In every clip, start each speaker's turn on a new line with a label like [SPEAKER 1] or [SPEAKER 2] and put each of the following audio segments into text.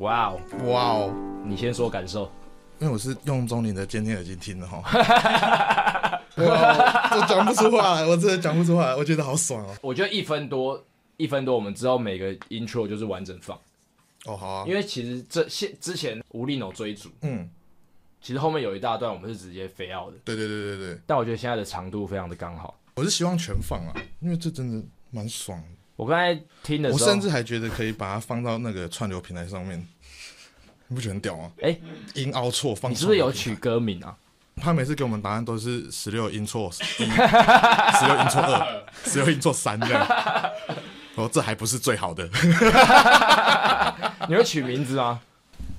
[SPEAKER 1] 哇哦！
[SPEAKER 2] 哇哦！
[SPEAKER 1] 你先说感受，
[SPEAKER 2] 因为我是用中年的监听耳机听的 哈。哇，我讲不出话来，我真的讲不出话来，我觉得好爽哦。
[SPEAKER 1] 我觉得一分多一分多，我们之后每个 intro 就是完整放，
[SPEAKER 2] 哦，好啊
[SPEAKER 1] 因，为其实这现之前无力脑追逐，
[SPEAKER 2] 嗯，
[SPEAKER 1] 其实后面有一大段我们是直接飞奥的，
[SPEAKER 2] 对对对对对，
[SPEAKER 1] 但我觉得现在的长度非常的刚好。
[SPEAKER 2] 我是希望全放啊，因为这真的蛮爽的。
[SPEAKER 1] 我刚才听的
[SPEAKER 2] 我
[SPEAKER 1] 时
[SPEAKER 2] 甚至
[SPEAKER 1] 候，
[SPEAKER 2] 还觉得可以把它放到那个串流平台上面，你不觉得很屌吗？
[SPEAKER 1] 哎、
[SPEAKER 2] 音凹错放，
[SPEAKER 1] 你是不是有取？歌名啊？
[SPEAKER 2] 他每次给我们答案都是十六音错，十六音错二，十六音错三这样。哦，这还不是最好的。
[SPEAKER 1] 你会取名字吗？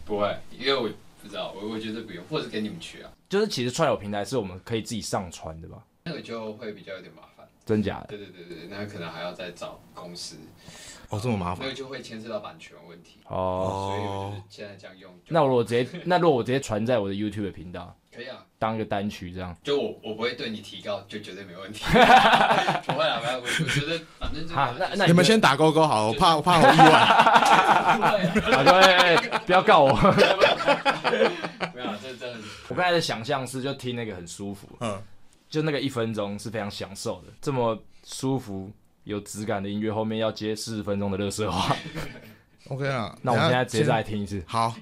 [SPEAKER 3] 不会，因为我不知道，我我觉得不用，或者给你们去啊，
[SPEAKER 1] 就是其实串流平台是我们可以自己上传的吧？
[SPEAKER 3] 那个就会比较有点麻烦。
[SPEAKER 1] 真假的？
[SPEAKER 3] 对对对对，那可能还要再找公司，
[SPEAKER 2] 哦，这么麻
[SPEAKER 3] 那
[SPEAKER 2] 烦
[SPEAKER 3] 个。就会牵涉到版权问题。
[SPEAKER 1] 哦，
[SPEAKER 3] 所以我觉
[SPEAKER 2] 哦
[SPEAKER 3] 得，现在这样用就
[SPEAKER 1] 那我如果直接，那如果我直接传在我的 YouTube 的频道
[SPEAKER 3] 可以啊，
[SPEAKER 1] 当一个单曲这样，
[SPEAKER 3] 就我我不会对你提高，就绝对 没问题。不会啊，不会啊，我我觉得反正就
[SPEAKER 1] 哈那那
[SPEAKER 2] 你们先打勾勾好了，我怕我怕我意外。
[SPEAKER 3] 不 会
[SPEAKER 1] 啊对，哎哎不要告我。
[SPEAKER 3] 啊，没有啊，这真的
[SPEAKER 1] 我刚才的想象是，就听那个很舒服，
[SPEAKER 2] 嗯，
[SPEAKER 1] 就那个一分钟是非常享受的，这么舒服有质感的音乐，后面要接四十分钟的乐色 话，
[SPEAKER 2] OK 啊，
[SPEAKER 1] 那我们现在
[SPEAKER 2] 等
[SPEAKER 1] 直
[SPEAKER 2] 下
[SPEAKER 1] 接再来听一次。
[SPEAKER 2] 好。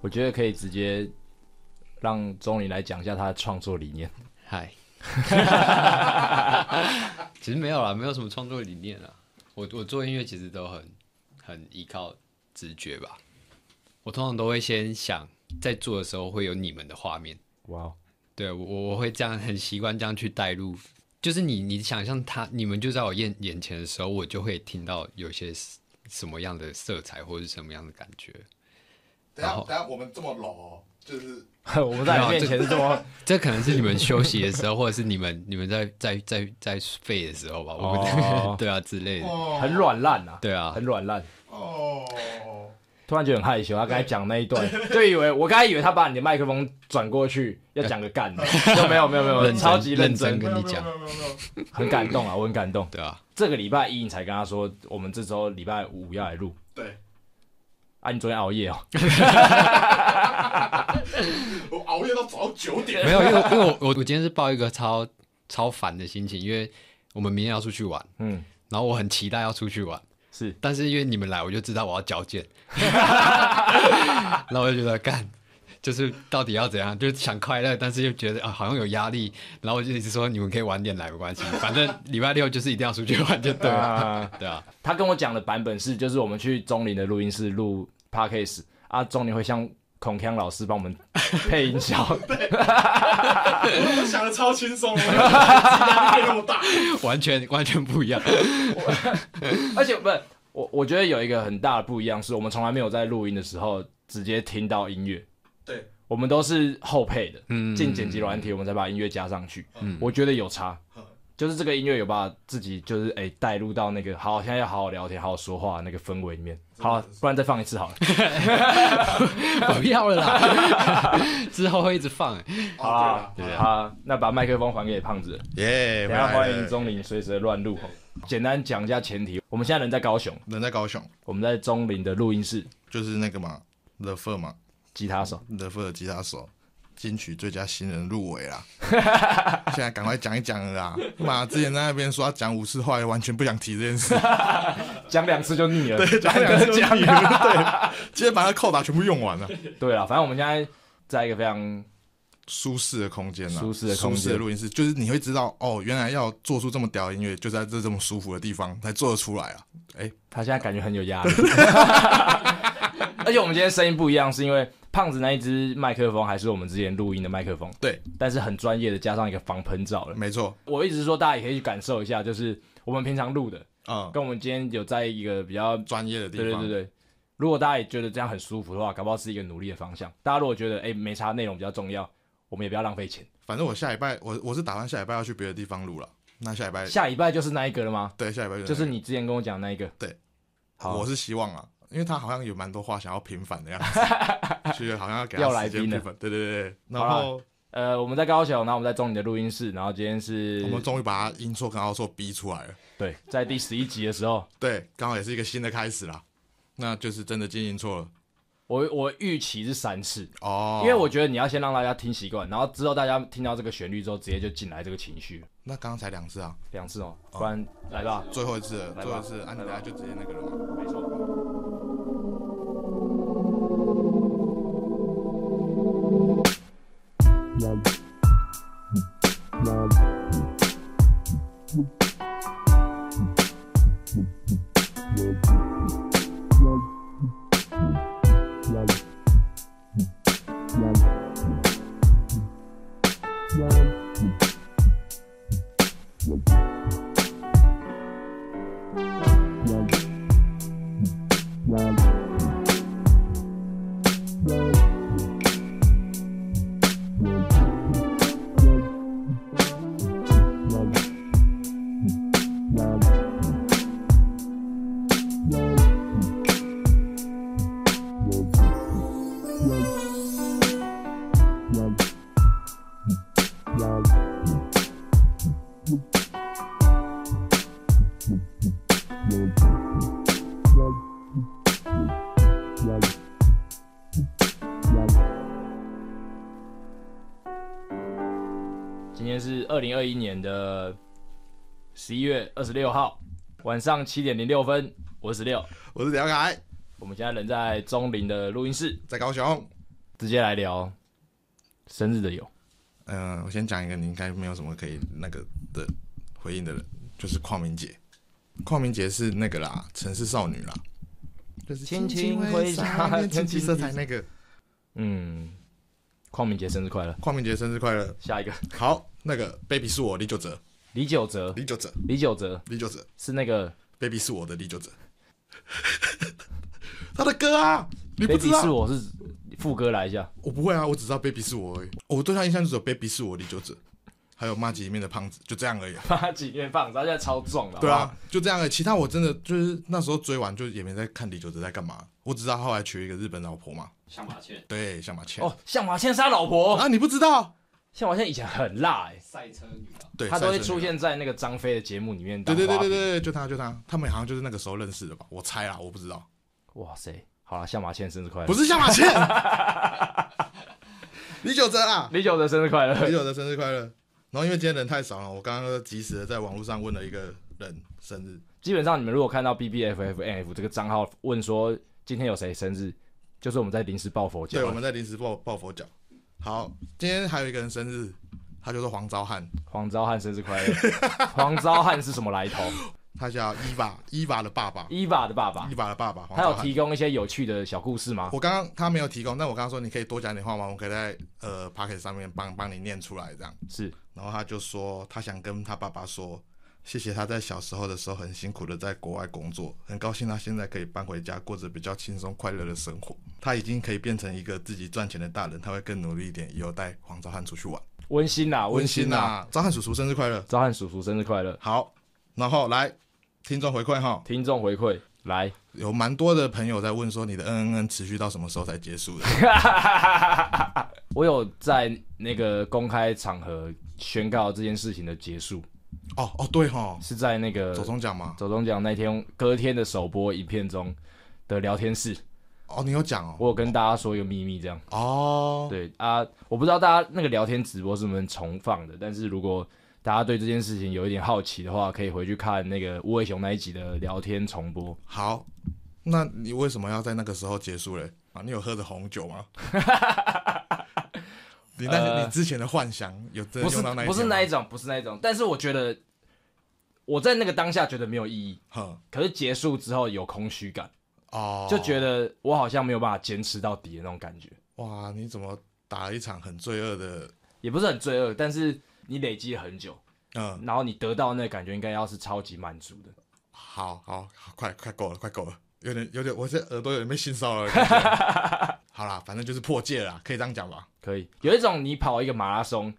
[SPEAKER 1] 我觉得可以直接让钟林来讲一下他的创作理念。
[SPEAKER 3] 嗨， 其实没有啦，没有什么创作理念啦。我我做音乐其实都很很依靠直觉吧。我通常都会先想，在做的时候会有你们的画面，
[SPEAKER 1] 哇、哦，
[SPEAKER 3] 对我我我会这样很习惯这样去带入，就是你你想象他你们就在我眼眼前的时候，我就会听到有些什什么样的色彩或是什么样的感觉。
[SPEAKER 2] 等下
[SPEAKER 3] 然后
[SPEAKER 2] 等下，我们这么老，就是
[SPEAKER 1] 我们在你面前是这么
[SPEAKER 3] 这可能是你们休息的时候，或者是你们你们在在在在废的时候吧，我不、
[SPEAKER 1] 哦
[SPEAKER 3] 对啊之类的。
[SPEAKER 2] 哦
[SPEAKER 1] 很软烂啊，
[SPEAKER 3] 对啊
[SPEAKER 1] 很软烂。
[SPEAKER 2] 哦，
[SPEAKER 1] 突然觉得很害羞，他刚才讲那一段，就以为我刚才以为他把你的麦克风转过去要讲个 干的，就没有没有没有，
[SPEAKER 3] 认真
[SPEAKER 1] 超级认
[SPEAKER 3] 认真跟你讲
[SPEAKER 2] 没有没有没有没有
[SPEAKER 1] 很感动啊，我很感动。
[SPEAKER 3] 对啊，
[SPEAKER 1] 这个礼拜一你才跟他说，我们这周礼拜五要来录
[SPEAKER 2] 对，
[SPEAKER 1] 啊，你昨天熬夜哦，
[SPEAKER 2] 我熬夜到早上九点。
[SPEAKER 3] 没有，因为因为我我我今天是抱一个超超烦的心情，因为我们明天要出去玩，
[SPEAKER 1] 嗯，
[SPEAKER 3] 然后我很期待要出去玩，
[SPEAKER 1] 是
[SPEAKER 3] 但 是因为你们来，我就知道我要交件，然后我就觉得干，就是到底要怎样，就是想快乐，但是又觉得啊好像有压力，然后我就一直说你们可以晚点来没关系，反正礼拜六就是一定要出去玩就对了，
[SPEAKER 1] 啊，
[SPEAKER 3] 对啊，
[SPEAKER 1] 他跟我讲的版本是，就是我们去钟林的录音室录 podcast 啊，钟林会像孔锵老师帮我们配音 效，
[SPEAKER 2] 我想的超轻松，我 没有想到压力会那么大。
[SPEAKER 3] 完全完全不一样，
[SPEAKER 1] 而且不是我，我觉得有一个很大的不一样是，我们从来没有在录音的时候直接听到音乐，
[SPEAKER 2] 对，
[SPEAKER 1] 我们都是后配的，
[SPEAKER 3] 嗯
[SPEAKER 1] 进剪辑软体我们才把音乐加上去，
[SPEAKER 3] 嗯
[SPEAKER 1] 我觉得有差
[SPEAKER 2] 嗯。
[SPEAKER 1] 就是这个音乐有把自己就是哎带、入到那个好，现在要好好聊天、好好说话的那个氛围里面。好了，不然再放一次 好了。
[SPEAKER 3] 不要了啦， 之后会一直放、欸
[SPEAKER 1] 好啦，
[SPEAKER 3] 对啊
[SPEAKER 1] 好啦，那把麦克风还给胖子了。
[SPEAKER 2] 耶，
[SPEAKER 1] 等一下
[SPEAKER 2] 回来
[SPEAKER 1] 啊欢迎
[SPEAKER 2] 了。
[SPEAKER 1] 钟林随时乱入吼。简单讲一下前提，我们现在人在高雄，
[SPEAKER 2] 人在高雄，
[SPEAKER 1] 我们在钟林的录音室，
[SPEAKER 2] 就是那个嘛，The Fur 嘛
[SPEAKER 1] 吉他手。
[SPEAKER 2] ，The Fur 的吉他手，金曲最佳新人入围 啦。现在赶快讲一讲了啦！妈，之前在那边说要讲五次，后来完全不想提这件事，
[SPEAKER 1] 讲两次就腻了，
[SPEAKER 2] 讲两次就腻了 对，今天把他扣打全部用完了。
[SPEAKER 1] 对啊了，反正我们现在在一个非常
[SPEAKER 2] 舒适的空间啦，
[SPEAKER 1] 舒适的空间
[SPEAKER 2] 舒适的录音室，就是你会知道哦，原来要做出这么屌的音乐，就在这这么舒服的地方才做得出来啊！哎、
[SPEAKER 1] 他现在感觉很有压 力。而且我们今天声音不一样，是因为胖子那一只麦克风还是我们之前录音的麦克风，
[SPEAKER 2] 对，
[SPEAKER 1] 但是很专业的，加上一个防喷罩了。
[SPEAKER 2] 没错
[SPEAKER 1] 我一直说大家也可以去感受一下，就是我们平常录的，
[SPEAKER 2] 啊，
[SPEAKER 1] 跟我们今天有在一个比较
[SPEAKER 2] 专、业的地
[SPEAKER 1] 对对
[SPEAKER 2] 方，
[SPEAKER 1] 对
[SPEAKER 2] 对，
[SPEAKER 1] 对，如果大家也觉得这样很舒服的话，搞不好是一个努力的方向。大家如果觉得哎、没差，内容比较重要，我们也不要浪费钱。
[SPEAKER 2] 反正我下礼拜我我是打算下礼拜要去别的地方录了，那下礼拜
[SPEAKER 1] 下礼拜就是那一个了吗？
[SPEAKER 2] 哎对下礼拜
[SPEAKER 1] 就是你之前跟我讲那一个。
[SPEAKER 2] 对，
[SPEAKER 1] 好，
[SPEAKER 2] 我是希望啊，因为他好像有蛮多话想要平反的 样子，所以好像要给
[SPEAKER 1] 要来
[SPEAKER 2] 他时间
[SPEAKER 1] 宾了啊
[SPEAKER 2] 平反，对对对对，然
[SPEAKER 1] 好啦
[SPEAKER 2] 后
[SPEAKER 1] 呃，我们在高雄，然后我们在中你的录音室，然后今天是
[SPEAKER 2] 我们终于把他音错跟奥错逼出来了。
[SPEAKER 1] 对，在第十一集的时候，
[SPEAKER 2] 对，刚好也是一个新的开始啦，那就是真的经营错了
[SPEAKER 1] 我我预期是三次，
[SPEAKER 2] 哦，
[SPEAKER 1] 因为我觉得你要先让大家听习惯，然后之后大家听到这个旋律之后，直接就进来这个情绪，
[SPEAKER 2] 那刚刚才两次啊，
[SPEAKER 1] 两次哦，不然来吧，
[SPEAKER 2] 最后一次了，
[SPEAKER 1] 来吧
[SPEAKER 2] 最后一次，啊，你等下就直接那个了嘛。
[SPEAKER 1] 没错。今天是二零二一年的十一月二十六号晚上七点零六分，我是六，
[SPEAKER 2] 我是梁凯，
[SPEAKER 1] 我们现在人在中林的录音室，
[SPEAKER 2] 在高雄。
[SPEAKER 1] 直接来聊生日的友。
[SPEAKER 2] 嗯、我先讲一个你应该没有什么可以那个的回应的人，就是邝明杰。邝明杰是那个啦，城市少女啦，就是
[SPEAKER 1] 轻轻挥洒
[SPEAKER 2] 天气色彩那个。
[SPEAKER 1] 嗯，邝明杰生日快乐。
[SPEAKER 2] 邝明杰生日快乐！
[SPEAKER 1] 下一个
[SPEAKER 2] 好，那个 baby 是我李九哲，
[SPEAKER 1] 李玖哲，
[SPEAKER 2] 李九哲，
[SPEAKER 1] 李玖哲
[SPEAKER 2] 李九哲
[SPEAKER 1] 是那个
[SPEAKER 2] ，baby 是我的李九哲，他的歌啊，你不知
[SPEAKER 1] baby
[SPEAKER 2] 道
[SPEAKER 1] 是我是副歌来一下，
[SPEAKER 2] 我不会啊，我只知道 baby 是我而已。我对他印象就只有 baby 是我李九哲，还有骂街里面的胖子，就这样而已啊。
[SPEAKER 1] 八几年放，他现在超壮了。
[SPEAKER 2] 对
[SPEAKER 1] 好不好
[SPEAKER 2] 啊，就这样而已。其他我真的就是那时候追完就也没在看李玖哲在干嘛，我只知道他后来娶一个日本老婆嘛。
[SPEAKER 3] 想把钱
[SPEAKER 2] 对，向马倩。
[SPEAKER 1] 哦，向华倩是他老婆，
[SPEAKER 2] 啊，你不知道？
[SPEAKER 1] 向华倩以前很辣哎、
[SPEAKER 3] 赛车女郎，
[SPEAKER 2] 对，
[SPEAKER 1] 她都会
[SPEAKER 2] 赛车
[SPEAKER 1] 出
[SPEAKER 2] 女郎。
[SPEAKER 1] 现在那个张飞的节目里面当
[SPEAKER 2] 对
[SPEAKER 1] 花
[SPEAKER 2] 对
[SPEAKER 1] 瓶。
[SPEAKER 2] 对对对，就他就他，他们好像就是那个时候认识的吧？我猜啦，我不知道，
[SPEAKER 1] 哇塞，好了，向华倩生日快乐。
[SPEAKER 2] 不是向马倩， 李玖哲啊啦，
[SPEAKER 1] 李玖哲生日快乐
[SPEAKER 2] 李。玖哲生日快乐。然后因为今天人太少了，我刚刚及时的在网络上问了一个人生日，
[SPEAKER 1] 基本上你们如果看到 B B F F N F 这个账号问说今天有谁生日，就是我们在临时抱佛脚
[SPEAKER 2] 对，，我们在临时抱抱佛脚。好，今天还有一个人生日，他就是黄昭汉，
[SPEAKER 1] 黄昭汉生日快乐。黄昭汉是什么来头？
[SPEAKER 2] 他叫伊娃，伊娃的爸爸，
[SPEAKER 1] 伊娃的爸爸
[SPEAKER 2] 伊，娃的爸爸黄
[SPEAKER 1] 他有
[SPEAKER 2] 昭汉。
[SPEAKER 1] 提供一些有趣的小故事吗？
[SPEAKER 2] 我刚刚他没有提供，但我刚刚说你可以多讲点话吗？我可以在呃 p o c k e t 上面帮帮你念出来这样。
[SPEAKER 1] 是
[SPEAKER 2] 然后他就说他想跟他爸爸说，谢谢他在小时候的时候很辛苦的在国外工作，很高兴他现在可以搬回家，过着比较轻松快乐的生活。他已经可以变成一个自己赚钱的大人，他会更努力一点，以后带黄昭汉出去玩。
[SPEAKER 1] 温馨呐，温馨呐。
[SPEAKER 2] 啊！昭汉叔叔生日快乐！
[SPEAKER 1] 昭汉叔叔生日快乐！
[SPEAKER 2] 好，然后来听众回馈哈，
[SPEAKER 1] 听众回馈来，
[SPEAKER 2] 有蛮多的朋友在问说你的嗯嗯嗯持续到什么时候才结束的？
[SPEAKER 1] 我有在那个公开场合宣告这件事情的结束，
[SPEAKER 2] 哦哦对哈，
[SPEAKER 1] 是在那个
[SPEAKER 2] 左中奖吗？
[SPEAKER 1] 走中奖那天隔天的首播影片中的聊天室，
[SPEAKER 2] 哦你有讲哦，
[SPEAKER 1] 我有跟大家说一个秘密，这样。
[SPEAKER 2] 哦
[SPEAKER 1] 对啊，我不知道大家那个聊天直播是不是重放的，但是如果大家对这件事情有一点好奇的话，可以回去看那个无尾熊那一集的聊天重播。
[SPEAKER 2] 好，那你为什么要在那个时候结束嘞？啊，你有喝着红酒 吗？你那、你之前的幻想有真
[SPEAKER 1] 呃不
[SPEAKER 2] 的
[SPEAKER 1] 是
[SPEAKER 2] 用到那一
[SPEAKER 1] 不是
[SPEAKER 2] 天吗
[SPEAKER 1] 那一种，不是那一种，但是我觉得我在那个当下觉得没有意义，
[SPEAKER 2] 哼
[SPEAKER 1] 可是结束之后有空虚感，
[SPEAKER 2] 哦，
[SPEAKER 1] 就觉得我好像没有办法坚持到底的那种感觉，
[SPEAKER 2] 哇，你怎么打了一场很罪恶的？
[SPEAKER 1] 也不是很罪恶，但是你累积了很久，
[SPEAKER 2] 嗯，
[SPEAKER 1] 然后你得到那个感觉应该要是超级满足的。
[SPEAKER 2] 好好好，快快够了，快够了，有点有点，我这耳朵有点被性骚扰的感觉。 好啦，反正就是破戒了啦，可以这样讲吧？
[SPEAKER 1] 可以有一种你跑一个马拉松，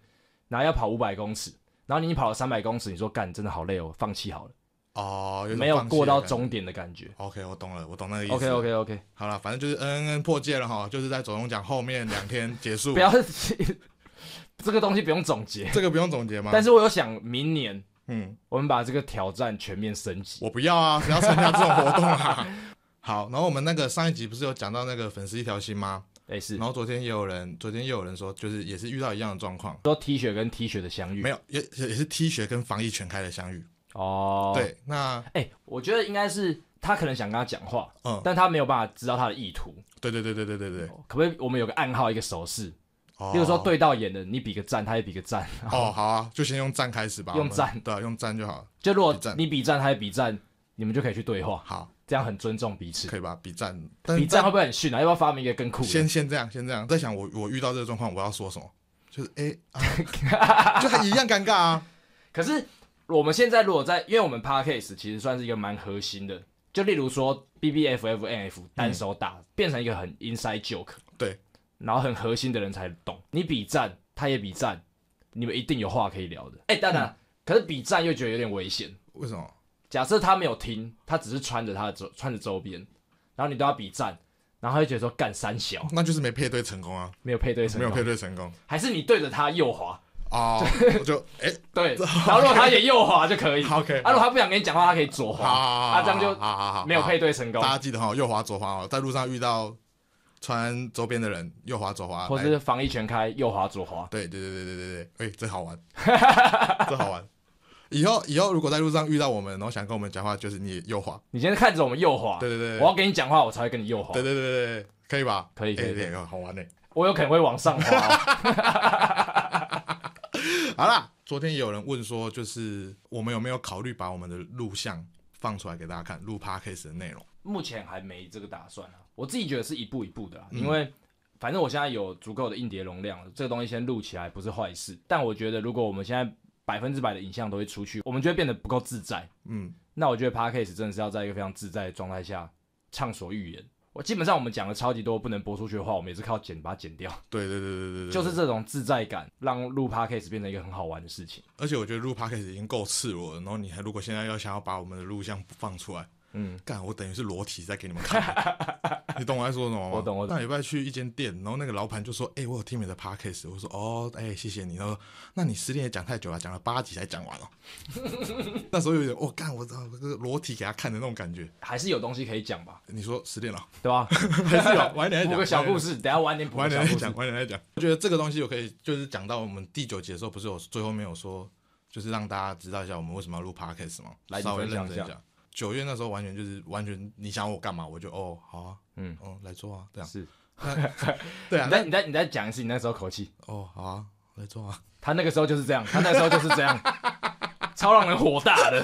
[SPEAKER 1] 然后要跑五百公尺，然后你跑了三百公尺，你说干真的好累哦，放弃好了，
[SPEAKER 2] 哦，有
[SPEAKER 1] 没有过到终
[SPEAKER 2] 点。
[SPEAKER 1] 点的感觉。
[SPEAKER 2] OK，我懂了，我懂那个意思。
[SPEAKER 1] OK OK OK，
[SPEAKER 2] 好了，反正就是嗯嗯破戒了哈，就是在左中奖后面两天结束。
[SPEAKER 1] 不要这个东西不用总结，
[SPEAKER 2] 这个不用总结吗？
[SPEAKER 1] 但是我有想明年
[SPEAKER 2] 嗯，
[SPEAKER 1] 我们把这个挑战全面升级。
[SPEAKER 2] 我不要啊，谁要参加这种活动啊？ 好，然后我们那个上一集不是有讲到那个粉丝一条心吗？
[SPEAKER 1] 哎、是
[SPEAKER 2] 然后昨天也有人，昨天也有人说，就是也是遇到一样的状况，
[SPEAKER 1] 说 T 恤跟 T 恤的相遇
[SPEAKER 2] 没有，也也也是 T 恤跟防疫全开的相遇。
[SPEAKER 1] 哦。，
[SPEAKER 2] 对，那
[SPEAKER 1] 哎、我觉得应该是他可能想跟他讲话，
[SPEAKER 2] 嗯，
[SPEAKER 1] 但他没有办法知道他的意图。
[SPEAKER 2] 对对对对对对对，
[SPEAKER 1] 可不可以我们有个暗号，一个手势，
[SPEAKER 2] 哦
[SPEAKER 1] 哦比如说对到眼的，你比个赞，他也比个赞。
[SPEAKER 2] 哦，好啊，就先用赞开始吧，
[SPEAKER 1] 用
[SPEAKER 2] 我们
[SPEAKER 1] 赞，
[SPEAKER 2] 对啊，用赞就好。
[SPEAKER 1] 就如果
[SPEAKER 2] 比赞
[SPEAKER 1] 你比赞，他也比赞，你们就可以去对话，
[SPEAKER 2] 好，
[SPEAKER 1] 这样很尊重彼此。
[SPEAKER 2] 可以吧？比赞，但
[SPEAKER 1] 比赞会不会很逊啊？要不要发明一个更酷
[SPEAKER 2] 但
[SPEAKER 1] 的？
[SPEAKER 2] 先先这样，先这样，在想我我遇到这个状况，我要说什么？就是哎、 啊就还一样尴尬啊。
[SPEAKER 1] 可是我们现在如果在，因为我们 podcast 其实算是一个蛮核心的，就例如说 B B F F N F 单手打、变成一个很 inside joke，
[SPEAKER 2] 嗯对，
[SPEAKER 1] 然后很核心的人才懂。你比赞，他也比赞，你们一定有话可以聊的。哎、当然，
[SPEAKER 2] 嗯
[SPEAKER 1] 可是比赞又觉得有点危险。
[SPEAKER 2] 为什么？
[SPEAKER 1] 假设他没有听，他只是穿着他的周穿着周边，然后你对他比赞，然后他就觉得说干三小。
[SPEAKER 2] 那就是没配对成功啊，
[SPEAKER 1] 没有配对成
[SPEAKER 2] 没
[SPEAKER 1] 功，
[SPEAKER 2] 有配对成功。
[SPEAKER 1] 还是你对着他右滑，
[SPEAKER 2] 哦，我就哎、
[SPEAKER 1] 对，然后如果他也右滑就可以。
[SPEAKER 2] 好，OK，
[SPEAKER 1] 啊，如果他不想跟你讲话，他可以左
[SPEAKER 2] 好好
[SPEAKER 1] 滑，
[SPEAKER 2] 好，
[SPEAKER 1] 啊这样就
[SPEAKER 2] 好好好，
[SPEAKER 1] 没有
[SPEAKER 2] 好
[SPEAKER 1] 配对成功
[SPEAKER 2] 大，家记得哈，右滑左滑哦，在路上遇到穿周边的人，右滑左滑，
[SPEAKER 1] 或
[SPEAKER 2] 来
[SPEAKER 1] 是防疫全开，右滑左滑。
[SPEAKER 2] 对对对对对对对，哎、这好玩，这好玩。以后以后如果在路上遇到我们，然后想跟我们讲话，就是你右滑，
[SPEAKER 1] 你先看着我们右滑，
[SPEAKER 2] 对对对
[SPEAKER 1] 我要跟你讲话，我才会跟你右滑
[SPEAKER 2] 对。对对对对，可以吧？
[SPEAKER 1] 可以可以
[SPEAKER 2] 哎
[SPEAKER 1] 可以
[SPEAKER 2] 对好玩呢、
[SPEAKER 1] 我有可能会往上滑哦。
[SPEAKER 2] 好啦，昨天也有人问说，就是我们有没有考虑把我们的录像放出来给大家看，录 podcast 的内容？
[SPEAKER 1] 目前还没这个打算啊，我自己觉得是一步一步的啦，
[SPEAKER 2] 嗯
[SPEAKER 1] 因为反正我现在有足够的硬碟容量了，这个东西先录起来不是坏事。但我觉得如果我们现在百分之百的影像都会出去，我们就会变得不够自在。
[SPEAKER 2] 嗯，
[SPEAKER 1] 那我觉得 podcast 真的是要在一个非常自在的状态下畅所欲言。我基本上我们讲了超级多不能播出去的话，我们也是靠剪把它剪掉，
[SPEAKER 2] 对对对对对对，
[SPEAKER 1] 就是这种自在感，让录 podcast 变成一个很好玩的事情。
[SPEAKER 2] 而且我觉得录 podcast 已经够赤裸了，然后你还如果现在要想要把我们的录像放出来，
[SPEAKER 1] 嗯，
[SPEAKER 2] 干我等于是裸体在给你们 看，你懂我在说什么吗？
[SPEAKER 1] 我懂我懂
[SPEAKER 2] 那礼拜去一间店，然后那个老板就说：“哎、我有听你的 podcast。”我说：“哦，哎、谢谢你。”他说：“那你失恋也讲太久了，讲了八集才讲完哦。” 那时候有点，我、哦、干，我操，这个裸体给他看的那种感觉。
[SPEAKER 1] 还是有东西可以讲吧，
[SPEAKER 2] 你说失恋了，
[SPEAKER 1] 对吧？
[SPEAKER 2] 还是有晚一点
[SPEAKER 1] 补
[SPEAKER 2] 再讲
[SPEAKER 1] 个小故事，
[SPEAKER 2] 事。
[SPEAKER 1] 等一下晚点补
[SPEAKER 2] 晚
[SPEAKER 1] 个
[SPEAKER 2] 一
[SPEAKER 1] 小
[SPEAKER 2] 点再
[SPEAKER 1] 故
[SPEAKER 2] 讲，
[SPEAKER 1] 事。
[SPEAKER 2] 晚一点再讲。我觉得这个东西我可以，就是讲到我们第九集的时候，不是有最后面有说，就是让大家知道一下我们为什么要录 podcast 吗？
[SPEAKER 1] 来你
[SPEAKER 2] 稍微
[SPEAKER 1] 分享
[SPEAKER 2] 认真
[SPEAKER 1] 一
[SPEAKER 2] 讲。九月那时候完全就是完全你想我干嘛，我就哦好啊，
[SPEAKER 1] 嗯
[SPEAKER 2] 嗯嗯来做啊，这样
[SPEAKER 1] 是，
[SPEAKER 2] 对啊
[SPEAKER 1] 你，再你再你再讲一次你那时候口气，
[SPEAKER 2] 哦好啊来做啊，
[SPEAKER 1] 他那个时候就是这样，他那时候就是这样， 超让人火大的，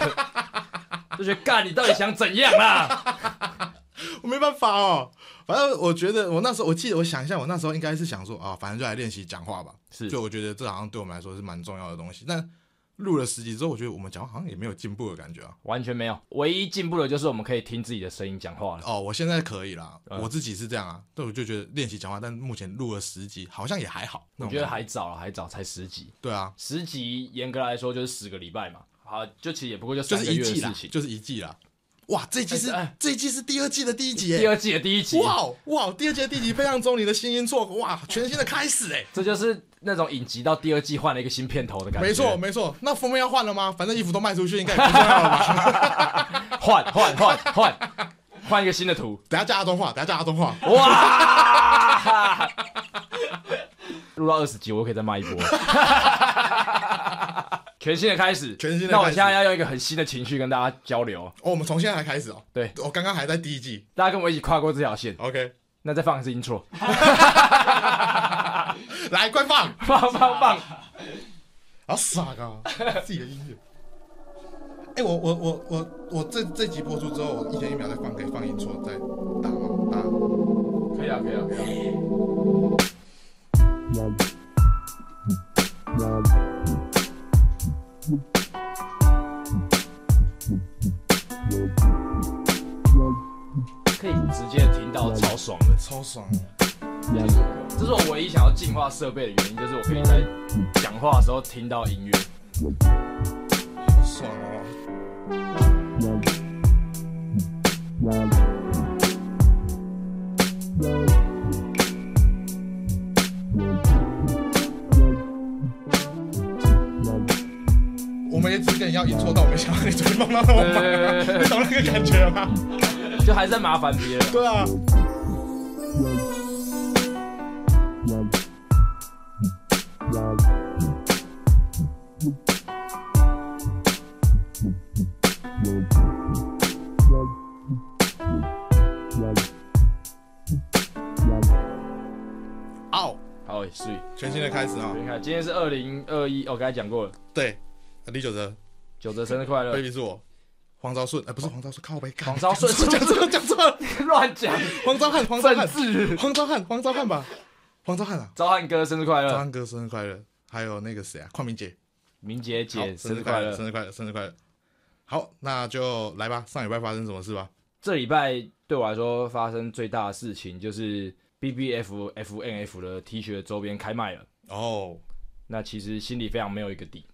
[SPEAKER 1] 就觉得干你到底想怎样啊啦？
[SPEAKER 2] 我没办法哦，反正我觉得我那时候我记得我想一下，我那时候应该是想说啊，反正就来练习讲话吧，
[SPEAKER 1] 是
[SPEAKER 2] 就我觉得这好像对我们来说是蛮重要的东西，但。录了十集之后，我觉得我们讲话好像也没有进步的感觉啊。
[SPEAKER 1] 完全没有，唯一进步的就是我们可以听自己的声音讲话了。
[SPEAKER 2] 哦，我现在可以啦，
[SPEAKER 1] 嗯
[SPEAKER 2] 我自己是这样啊，但我就觉得练习讲话，但目前录了十集，好像也还好。那
[SPEAKER 1] 我
[SPEAKER 2] 种
[SPEAKER 1] 觉得
[SPEAKER 2] 感
[SPEAKER 1] 还早了，还早，才十集，
[SPEAKER 2] 对啊，
[SPEAKER 1] 十集严格来说就是十个礼拜嘛。好，就其实也不过就
[SPEAKER 2] 就
[SPEAKER 1] 三个
[SPEAKER 2] 是
[SPEAKER 1] 月
[SPEAKER 2] 一
[SPEAKER 1] 的
[SPEAKER 2] 季啦
[SPEAKER 1] 事，情。
[SPEAKER 2] 就是一季啦。哇，这一季是、
[SPEAKER 1] 哎哎
[SPEAKER 2] 这一季是第二季的第一集耶！
[SPEAKER 1] 第二季的第一集，
[SPEAKER 2] 哇哦哇哦，第二季的第一集非常中你的新音错，哇，全新的开始哎！
[SPEAKER 1] 这就是那种影集到第二季换了一个新片头的感觉。
[SPEAKER 2] 没错，没错，那封面要换了吗？反正衣服都卖出去，应该也不重 要了吧？
[SPEAKER 1] 换换换换换一个新的图，
[SPEAKER 2] 等下叫阿东画，等下叫阿东画。
[SPEAKER 1] 哇！录到二十集，我又可以再卖一波。 全新的开始，
[SPEAKER 2] 全新的开始
[SPEAKER 1] 那我现在要用一个很新的情绪跟大家交流，
[SPEAKER 2] 哦，我们从现在来开始哦。
[SPEAKER 1] 对，
[SPEAKER 2] 我刚刚还在第一季。
[SPEAKER 1] 大家跟我一起跨过这条线。
[SPEAKER 2] OK，
[SPEAKER 1] 那再放一次 intro，
[SPEAKER 2] 来，快放！
[SPEAKER 1] 放放放，
[SPEAKER 2] 好傻 啊，自己的音乐。哎、我我我我我这这集播出之后，我一天一秒再放，可以放音错，再打吗？打。
[SPEAKER 1] 可以啊，可以啊，可以啊。可以直接听到超爽的。
[SPEAKER 2] 超爽！
[SPEAKER 1] 这是我唯一想要进化设备的原因，就是我可以在讲话的时候听到音乐。
[SPEAKER 2] 好爽哦！我们也只跟你要音错，但我没想到你怎么帮到我
[SPEAKER 1] 呃
[SPEAKER 2] 们，你懂那个感觉吗？
[SPEAKER 1] 就还在麻烦别人。
[SPEAKER 2] 对啊，哦，
[SPEAKER 1] 好，所以
[SPEAKER 2] 全新的开始啊！
[SPEAKER 1] 你看，今天是二零二一，哦我刚才讲过了，
[SPEAKER 2] 对，李玖哲
[SPEAKER 1] 九泽生日快乐，
[SPEAKER 2] ，baby 是我，黄昭顺，哎，不是黄昭顺，靠背，干
[SPEAKER 1] 哦黄昭顺
[SPEAKER 2] 讲错了，讲错了，
[SPEAKER 1] 乱讲，
[SPEAKER 2] 黄昭汉，黄昭
[SPEAKER 1] 政
[SPEAKER 2] 汉，
[SPEAKER 1] 治。
[SPEAKER 2] 黄昭汉，黄昭汉吧，黄昭汉啊，
[SPEAKER 1] 昭汉哥生日快
[SPEAKER 2] 昭
[SPEAKER 1] 乐，
[SPEAKER 2] 汉哥生日快乐，还有那个谁啊，邝明姐，
[SPEAKER 1] 明杰
[SPEAKER 2] 好
[SPEAKER 1] 姐生日快乐。
[SPEAKER 2] 生日快乐，生日快乐。好，那就来吧。上礼拜发生什么事吧？
[SPEAKER 1] 这礼拜对我来说发生最大的事情就是 B B F F N F 的 T 恤周边开卖了。
[SPEAKER 2] 哦，
[SPEAKER 1] 那其实心里非常没有一个底，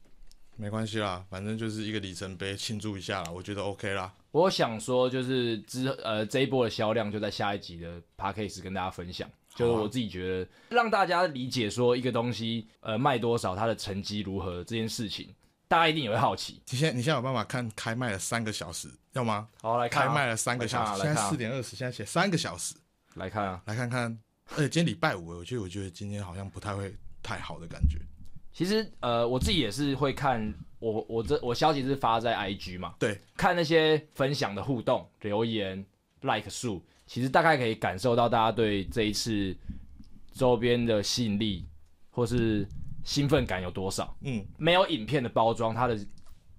[SPEAKER 2] 没关系啦，反正就是一个里程碑，庆祝一下啦，我觉得 OK 啦。
[SPEAKER 1] 我想说，就是之呃这一波的销量就在下一集的 p a c a s e 跟大家分享。就是我自己觉得，让大家理解说一个东西呃卖多少，它的成绩如何这件事情，大家一定也会好奇。
[SPEAKER 2] 你现在你现在有办法看开卖了三个小时，要吗？
[SPEAKER 1] 好，来看
[SPEAKER 2] 开
[SPEAKER 1] 啊、
[SPEAKER 2] 卖了三个小时，
[SPEAKER 1] 来
[SPEAKER 2] 现
[SPEAKER 1] 看
[SPEAKER 2] 在
[SPEAKER 1] 啊
[SPEAKER 2] 四点二十，现在写三个小时，
[SPEAKER 1] 来看啊。
[SPEAKER 2] 来看看。而且今天礼拜五，我觉得我觉得今天好像不太会太好的感觉。
[SPEAKER 1] 其实呃我自己也是会看，我我这我消息是发在 IG 嘛，
[SPEAKER 2] 对，
[SPEAKER 1] 看那些分享的互动、留言、like 数，其实大概可以感受到大家对这一次周边的吸引力或是兴奋感有多少。
[SPEAKER 2] 嗯，
[SPEAKER 1] 没有影片的包装，它的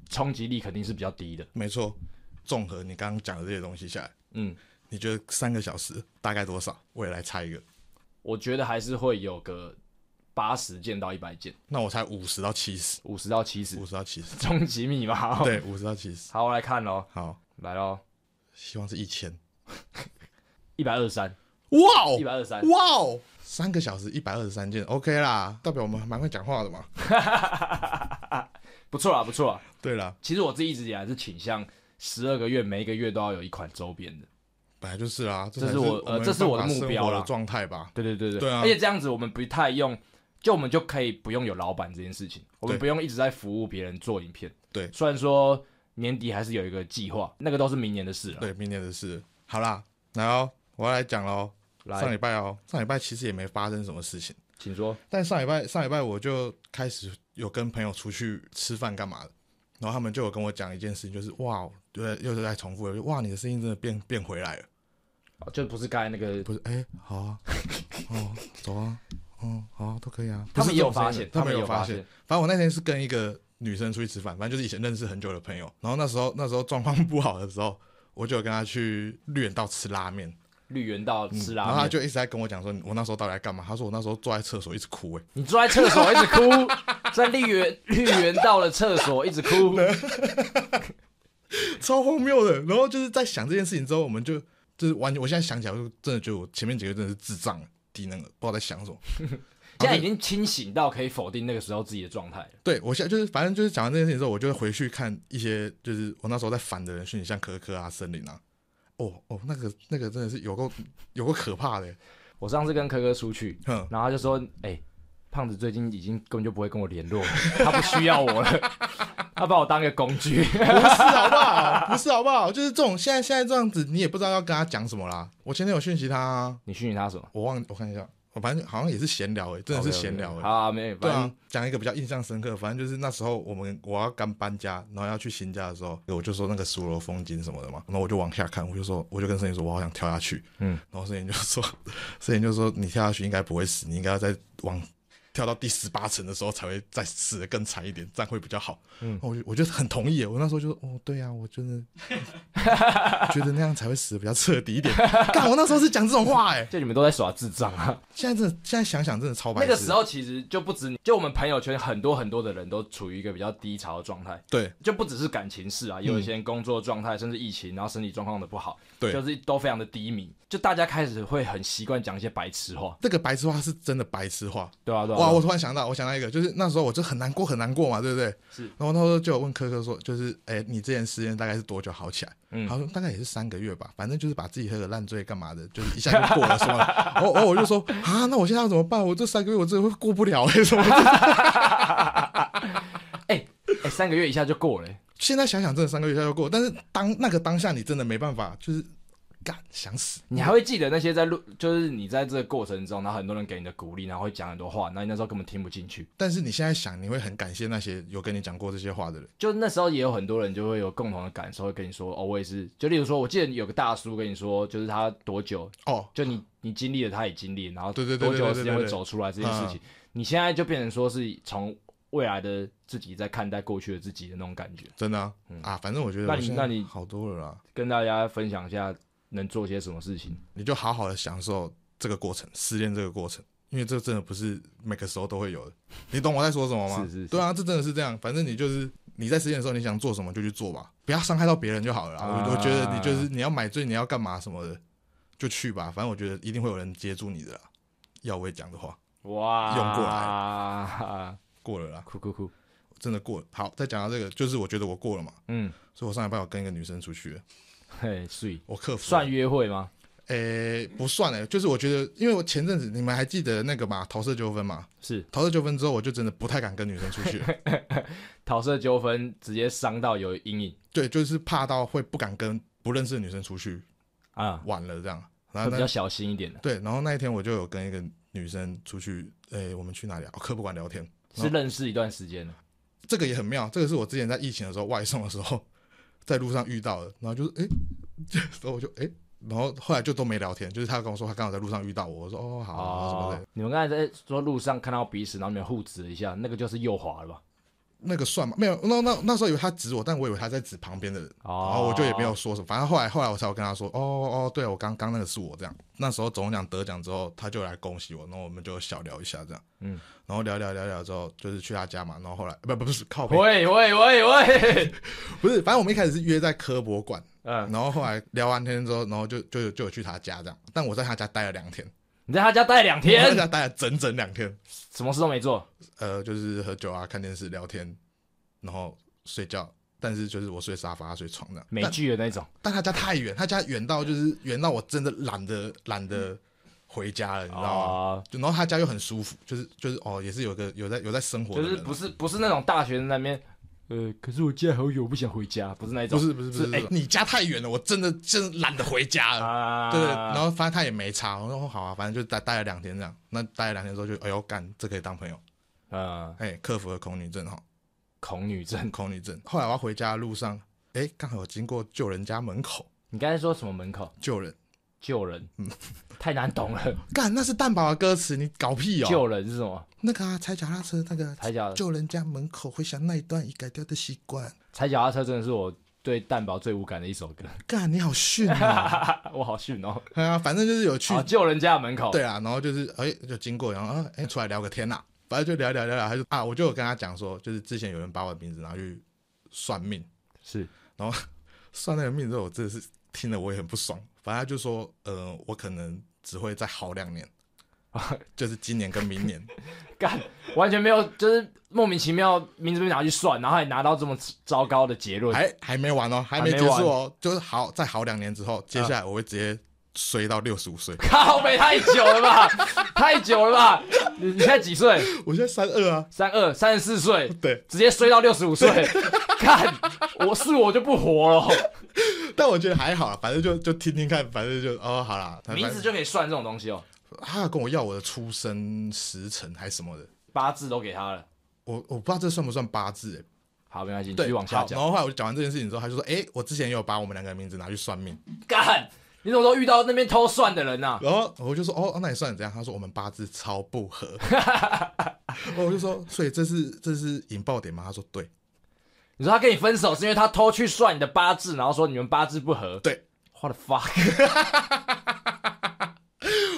[SPEAKER 1] 冲击力肯定是比较低的。
[SPEAKER 2] 没错。综合你刚刚讲的这些东西下来，
[SPEAKER 1] 嗯，
[SPEAKER 2] 你觉得三个小时大概多少？我也来猜一个，
[SPEAKER 1] 我觉得还是会有个八十件到一百件，
[SPEAKER 2] 那我猜五十到七十，
[SPEAKER 1] 五十到七十
[SPEAKER 2] 五，十到七十。
[SPEAKER 1] 终极密码、哦。，
[SPEAKER 2] 对，五十到七十。
[SPEAKER 1] 好，我来看喽，
[SPEAKER 2] 好，
[SPEAKER 1] 来喽，
[SPEAKER 2] 希望是一千。
[SPEAKER 1] 一百二十三，
[SPEAKER 2] 哇哦
[SPEAKER 1] 一百二十三，
[SPEAKER 2] 哇哦，三个小时一百二十三件，OK 啦，代表我们蛮会讲话的嘛。
[SPEAKER 1] 不错啊，不错啊。
[SPEAKER 2] 对啦，
[SPEAKER 1] 其实我自己一直以来是倾向十二个月每一个月都要有一款周边的。
[SPEAKER 2] 本来就是啦，
[SPEAKER 1] 这
[SPEAKER 2] 才
[SPEAKER 1] 是
[SPEAKER 2] 是
[SPEAKER 1] 我呃
[SPEAKER 2] 们
[SPEAKER 1] 这是我的
[SPEAKER 2] 办法
[SPEAKER 1] 目
[SPEAKER 2] 生
[SPEAKER 1] 标
[SPEAKER 2] 活
[SPEAKER 1] 啦
[SPEAKER 2] 的状态吧。
[SPEAKER 1] 对对对对，
[SPEAKER 2] 对啊
[SPEAKER 1] 而且这样子我们不太用，就我们就可以不用有老板这件事情，我们
[SPEAKER 2] 对
[SPEAKER 1] 不用一直在服务别人做影片。
[SPEAKER 2] 对
[SPEAKER 1] 虽然说年底还是有一个计划，那个都是明年的事了。
[SPEAKER 2] 对，明年的事。好啦，来哦，我要来讲喽。上
[SPEAKER 1] 来
[SPEAKER 2] 礼，拜哦，上礼拜其实也没发生什么事情，
[SPEAKER 1] 请说。
[SPEAKER 2] 但上礼拜上礼拜我就开始有跟朋友出去吃饭干嘛的，然后他们就有跟我讲一件事情，就是哇，就在又在重复了，就哇，你的声音真的变变回来了，
[SPEAKER 1] 哦就不是刚才那个，
[SPEAKER 2] 不是？哎、好 啊，哦，走啊，哦，好啊，都可以啊。
[SPEAKER 1] 他们也有发
[SPEAKER 2] 不是
[SPEAKER 1] 现，
[SPEAKER 2] 这种声音他
[SPEAKER 1] 们
[SPEAKER 2] 们
[SPEAKER 1] 也
[SPEAKER 2] 也
[SPEAKER 1] 有
[SPEAKER 2] 有发现
[SPEAKER 1] 现。，
[SPEAKER 2] 反正我那天是跟一个女生出去吃饭，反正就是以前认识很久的朋友。然后那时候那时候状况不好的时候，我就有跟她去绿园道吃拉面，
[SPEAKER 1] 绿园到吃
[SPEAKER 2] 嗯然后
[SPEAKER 1] 拉
[SPEAKER 2] 她
[SPEAKER 1] 面，
[SPEAKER 2] 就一直在跟我讲说，我那时候到底在干嘛？她说我那时候坐在厕所一直哭、哎，
[SPEAKER 1] 你坐在厕所一直哭，在绿园绿园到了厕所一直哭，
[SPEAKER 2] 超荒谬的。然后就是在想这件事情之后，我们就就是完全，我现在想起来，我就真的觉得我前面几个真的是智障低能儿，不知道在想 什么。
[SPEAKER 1] 现在已经清醒到可以否定那个时候自己的状态了。
[SPEAKER 2] 对我现在就是，反正就是讲完这件事情之后，我就会回去看一些就是我那时候在烦的人讯息，像可可啊、森林啊，哦哦，那个那个真的是有够有够可怕的，
[SPEAKER 1] 我上次跟科科出去，
[SPEAKER 2] 哼，
[SPEAKER 1] 然后他就说：“哎、胖子最近已经根本就不会跟我联络了，他不需要我了， 他把我当个工具。
[SPEAKER 2] 不是好不好？ 不是好不好？就是这种现在现在这样子，你也不知道要跟他讲什么啦。我前天有讯息他啊，”
[SPEAKER 1] 你训他什么？
[SPEAKER 2] 我忘我看一下，我反正好像也是闲聊诶，欸真的是闲聊诶。
[SPEAKER 1] 好、啊，没有，
[SPEAKER 2] 对
[SPEAKER 1] 反正
[SPEAKER 2] 啊，讲一个比较印象深刻，反正就是那时候我们我要刚搬家，然后要去新家的时候，我就说那个苏楼风景什么的嘛，然后我就往下看，我就说我就跟森林说，我好想跳下去，
[SPEAKER 1] 嗯，
[SPEAKER 2] 然后森林就说， 森林就说你跳下去应该不会死，你应该要再往跳到第十八层的时候才会再死的更惨一点，这样会比较好。嗯，我就我就很同意耶，我那时候就说，哦，对啊，我真的 觉得那样才会死的比较彻底一点。干，我那时候是讲这种话哎，
[SPEAKER 1] 就你们都在耍智障啊！
[SPEAKER 2] 现在真的现在想想真的超白
[SPEAKER 1] 那
[SPEAKER 2] 痴。啊
[SPEAKER 1] 个时候其实就不止你，就我们朋友圈很多很多的人都处于一个比较低潮的状态，
[SPEAKER 2] 对
[SPEAKER 1] 就不只是感情事啊，也有一些人工作状态，甚至疫情，然后身体状况的不好，
[SPEAKER 2] 嗯对
[SPEAKER 1] 就是都非常的低迷。就大家开始会很习惯讲一些白痴话，
[SPEAKER 2] 这个白痴话是真的白痴话，
[SPEAKER 1] 对啊，对啊，对
[SPEAKER 2] 哇！
[SPEAKER 1] 啊
[SPEAKER 2] 我突然想到，我想到一个，就是那时候我就很难过，很难过嘛，对不对？
[SPEAKER 1] 是
[SPEAKER 2] 然后那时候就有问科科说，就是哎、你之前失恋大概是多久好起来？
[SPEAKER 1] 嗯
[SPEAKER 2] 他说大概也是三个月吧，反正就是把自己喝个烂醉干嘛的，就是一下就过了， 什么的。然后然后我就说啊，那我现在要怎么办？我这三个月我真的会过不了哎、 什么的？
[SPEAKER 1] 哎、三个月一下就过了、欸
[SPEAKER 2] 现在想想，真的三个月一下就过，但是当那个当下你真的没办法，就是干想死。
[SPEAKER 1] 你还会记得那些在录，就是你在这个过程中，然后很多人给你的鼓励，然后会讲很多话，那你那时候根本听不进去。
[SPEAKER 2] 但是你现在想，你会很感谢那些有跟你讲过这些话的人。
[SPEAKER 1] 就那时候也有很多人就会有共同的感受，会跟你说，哦，我也是。就例如说，我记得有个大叔跟你说，就是他多久，
[SPEAKER 2] 哦，
[SPEAKER 1] 就你你经历了，他也经历了，然后
[SPEAKER 2] 对对对
[SPEAKER 1] 多
[SPEAKER 2] 对
[SPEAKER 1] 久的
[SPEAKER 2] 对
[SPEAKER 1] 时
[SPEAKER 2] 对
[SPEAKER 1] 间会
[SPEAKER 2] 对嗯
[SPEAKER 1] 走出来这件事情。你现在就变成说是从未来的自己在看待过去的自己的那种感觉。
[SPEAKER 2] 真的啊,、啊，反正我觉得
[SPEAKER 1] 嗯那
[SPEAKER 2] 我
[SPEAKER 1] 你
[SPEAKER 2] 现在
[SPEAKER 1] 那你
[SPEAKER 2] 好多了啦。
[SPEAKER 1] 跟大家分享一下能做些什么事情。
[SPEAKER 2] 你就好好的享受这个过程，失恋这个过程，因为这真的不是每个时候都会有的。你懂我在说什么吗？
[SPEAKER 1] 是是是
[SPEAKER 2] 对啊，这真的是这样。反正你就是你在失恋的时候，你想做什么就去做吧，不要伤害到别人就好了啦。
[SPEAKER 1] 啊
[SPEAKER 2] 我我觉得你就是你要买醉，你要干嘛什么的，就去吧。反正我觉得一定会有人接住你的啦。要我也讲的话，
[SPEAKER 1] 哇，
[SPEAKER 2] 用过
[SPEAKER 1] 来，
[SPEAKER 2] 过了啦，
[SPEAKER 1] 哭哭哭，
[SPEAKER 2] 真的过了。好，再讲到这个，就是我觉得我过了嘛，
[SPEAKER 1] 嗯，
[SPEAKER 2] 所以我上礼拜有跟一个女生出去了，
[SPEAKER 1] 嘿，睡，
[SPEAKER 2] 我克服了
[SPEAKER 1] 算约会吗？
[SPEAKER 2] 诶、不算诶、就是我觉得，因为我前阵子你们还记得那个嘛，桃色纠纷嘛，
[SPEAKER 1] 是。
[SPEAKER 2] 桃色纠纷之后，我就真的不太敢跟女生出 去了，
[SPEAKER 1] 桃色纠纷直接伤到有阴影
[SPEAKER 2] 对，就是怕到会不敢跟不认识的女生出去
[SPEAKER 1] 啊，
[SPEAKER 2] 玩了这样。然
[SPEAKER 1] 会
[SPEAKER 2] 后
[SPEAKER 1] 比较
[SPEAKER 2] 那
[SPEAKER 1] 小心一点的。
[SPEAKER 2] 对，然后那一天我就有跟一个女生出去，诶、我们去哪里啊？哦科博馆聊天，
[SPEAKER 1] 是认识一段时间了，
[SPEAKER 2] 这个也很妙，这个是我之前在疫情的时候外送的时候，在路上遇到的，然后就是诶， 然后我就诶，然后后来就都没聊天，就是她跟我说她刚好在路上遇到我，我说哦好啊什么的，
[SPEAKER 1] 你们刚才在说路上看到彼此，然后你们互指一下，那个就是右滑了 吧？
[SPEAKER 2] 那个算吗？没有，那那那时候以为她指我，但我以为她在指旁边的人。
[SPEAKER 1] 哦，
[SPEAKER 2] 然后我就也没有说什么，反正后来后来我才有跟他说，哦哦，对我刚刚那个是我这样。那时候总奖得奖之后，他就来恭喜我，然后我们就小聊一下这样，
[SPEAKER 1] 嗯，
[SPEAKER 2] 然后聊聊聊聊之后，就是去他家嘛，然后后来 不不不是靠北，
[SPEAKER 1] 喂喂喂喂，
[SPEAKER 2] 不是，反正我们一开始是约在科博馆，
[SPEAKER 1] 嗯，
[SPEAKER 2] 然后后来聊完天之后，然后就就就有去他家这样，但我在他家待了 两天，
[SPEAKER 1] 你在他家待两
[SPEAKER 2] 我 在
[SPEAKER 1] 天，
[SPEAKER 2] 家待了整整两天，
[SPEAKER 1] 什么事都没做，
[SPEAKER 2] 呃，就是喝酒啊、看电视、聊天，然后睡觉，但是就是我睡沙发、他睡床这样，
[SPEAKER 1] 美
[SPEAKER 2] 但
[SPEAKER 1] 剧的那种，
[SPEAKER 2] 但他家太远，他家远到就是远到我真的懒得懒得回家了，你知道吗？
[SPEAKER 1] 哦，
[SPEAKER 2] 就然后他家又很舒服，就是就是哦，也是有个有在有在生活的
[SPEAKER 1] 就
[SPEAKER 2] 人，
[SPEAKER 1] 是不是不是那种大学生那边，呃，可是我家好远，我不想回家，不是那种，
[SPEAKER 2] 不是不是不是，
[SPEAKER 1] 哎
[SPEAKER 2] 哎，你家太远了，我真的真的懒得回家了。
[SPEAKER 1] 啊，
[SPEAKER 2] 对，然后反正他也没差，我说哦好啊，反正就待待了两天这样。那待了两天之后就，哎呦干，这可以当朋友，
[SPEAKER 1] 嗯，
[SPEAKER 2] 哎，克服了恐女症哈，
[SPEAKER 1] 恐女症，
[SPEAKER 2] 恐女症。后来我要回家的路上，哎，刚好有经过救人家门口
[SPEAKER 1] 你刚才说什么门口
[SPEAKER 2] 救人，
[SPEAKER 1] 救人？
[SPEAKER 2] 嗯
[SPEAKER 1] 太难懂了。
[SPEAKER 2] 干那是蛋堡的歌词，你搞屁哦！
[SPEAKER 1] 救人是什么？
[SPEAKER 2] 那个啊，踩脚踏车那个
[SPEAKER 1] 踩脚
[SPEAKER 2] 救人家门口，回想那一段已改掉的习惯。
[SPEAKER 1] 踩脚踏车真的是我对蛋堡最无感的一首歌。
[SPEAKER 2] 干你好逊啊！
[SPEAKER 1] 我好逊哦！
[SPEAKER 2] 哎呀，反正就是有 去
[SPEAKER 1] 好救人家的门口。
[SPEAKER 2] 对啊，然后就是哎、就经过，然后啊哎、出来聊个天呐、反正就聊一聊聊一聊，他就啊我就有跟他讲说，就是之前有人把我的名字拿去算命，
[SPEAKER 1] 是
[SPEAKER 2] 算那个命之后，我真的是听了我也很不爽。反正他就说，呃，我可能只会再好两年，就是今年跟明年。
[SPEAKER 1] 干，完全没有，就是莫名其妙名字被拿去算，然后还拿到这么糟糕的结论。
[SPEAKER 2] 还还没完哦，还没结束哦，就是好再好两年之后，接下来我会直接衰到六十五岁。
[SPEAKER 1] 靠北太久了吧， 太久了吧！你你现在几岁？
[SPEAKER 2] 我现在三二啊，
[SPEAKER 1] 三二，三十四岁，
[SPEAKER 2] 对，
[SPEAKER 1] 直接衰到六十 五岁。看，我是我就不活了。
[SPEAKER 2] 但我觉得还好啊，反正就就听听看，反正就哦好啦，他
[SPEAKER 1] 名字就可以算这种东西哦，
[SPEAKER 2] 他有跟我要我的出生时辰还是什么的，
[SPEAKER 1] 八字都给他了。
[SPEAKER 2] 我我不知道这算不算八字、欸，
[SPEAKER 1] 好，没关系，你继
[SPEAKER 2] 对，
[SPEAKER 1] 续往下
[SPEAKER 2] 好然
[SPEAKER 1] 讲。
[SPEAKER 2] 后后来我就讲完这件事情之后，他就说，哎、我之前也有把我们两个人名字拿去算命，
[SPEAKER 1] 干，你怎么都遇到那边偷算的人啊呐、
[SPEAKER 2] 然后我就说，哦，那你算你怎样？他说我们八字超不 合，我就说，所以这是这是引爆点吗？他说对
[SPEAKER 1] 你说他跟你分手是因为他偷去算你的八字，然后说你们八字不合。
[SPEAKER 2] 对，
[SPEAKER 1] What the fuck？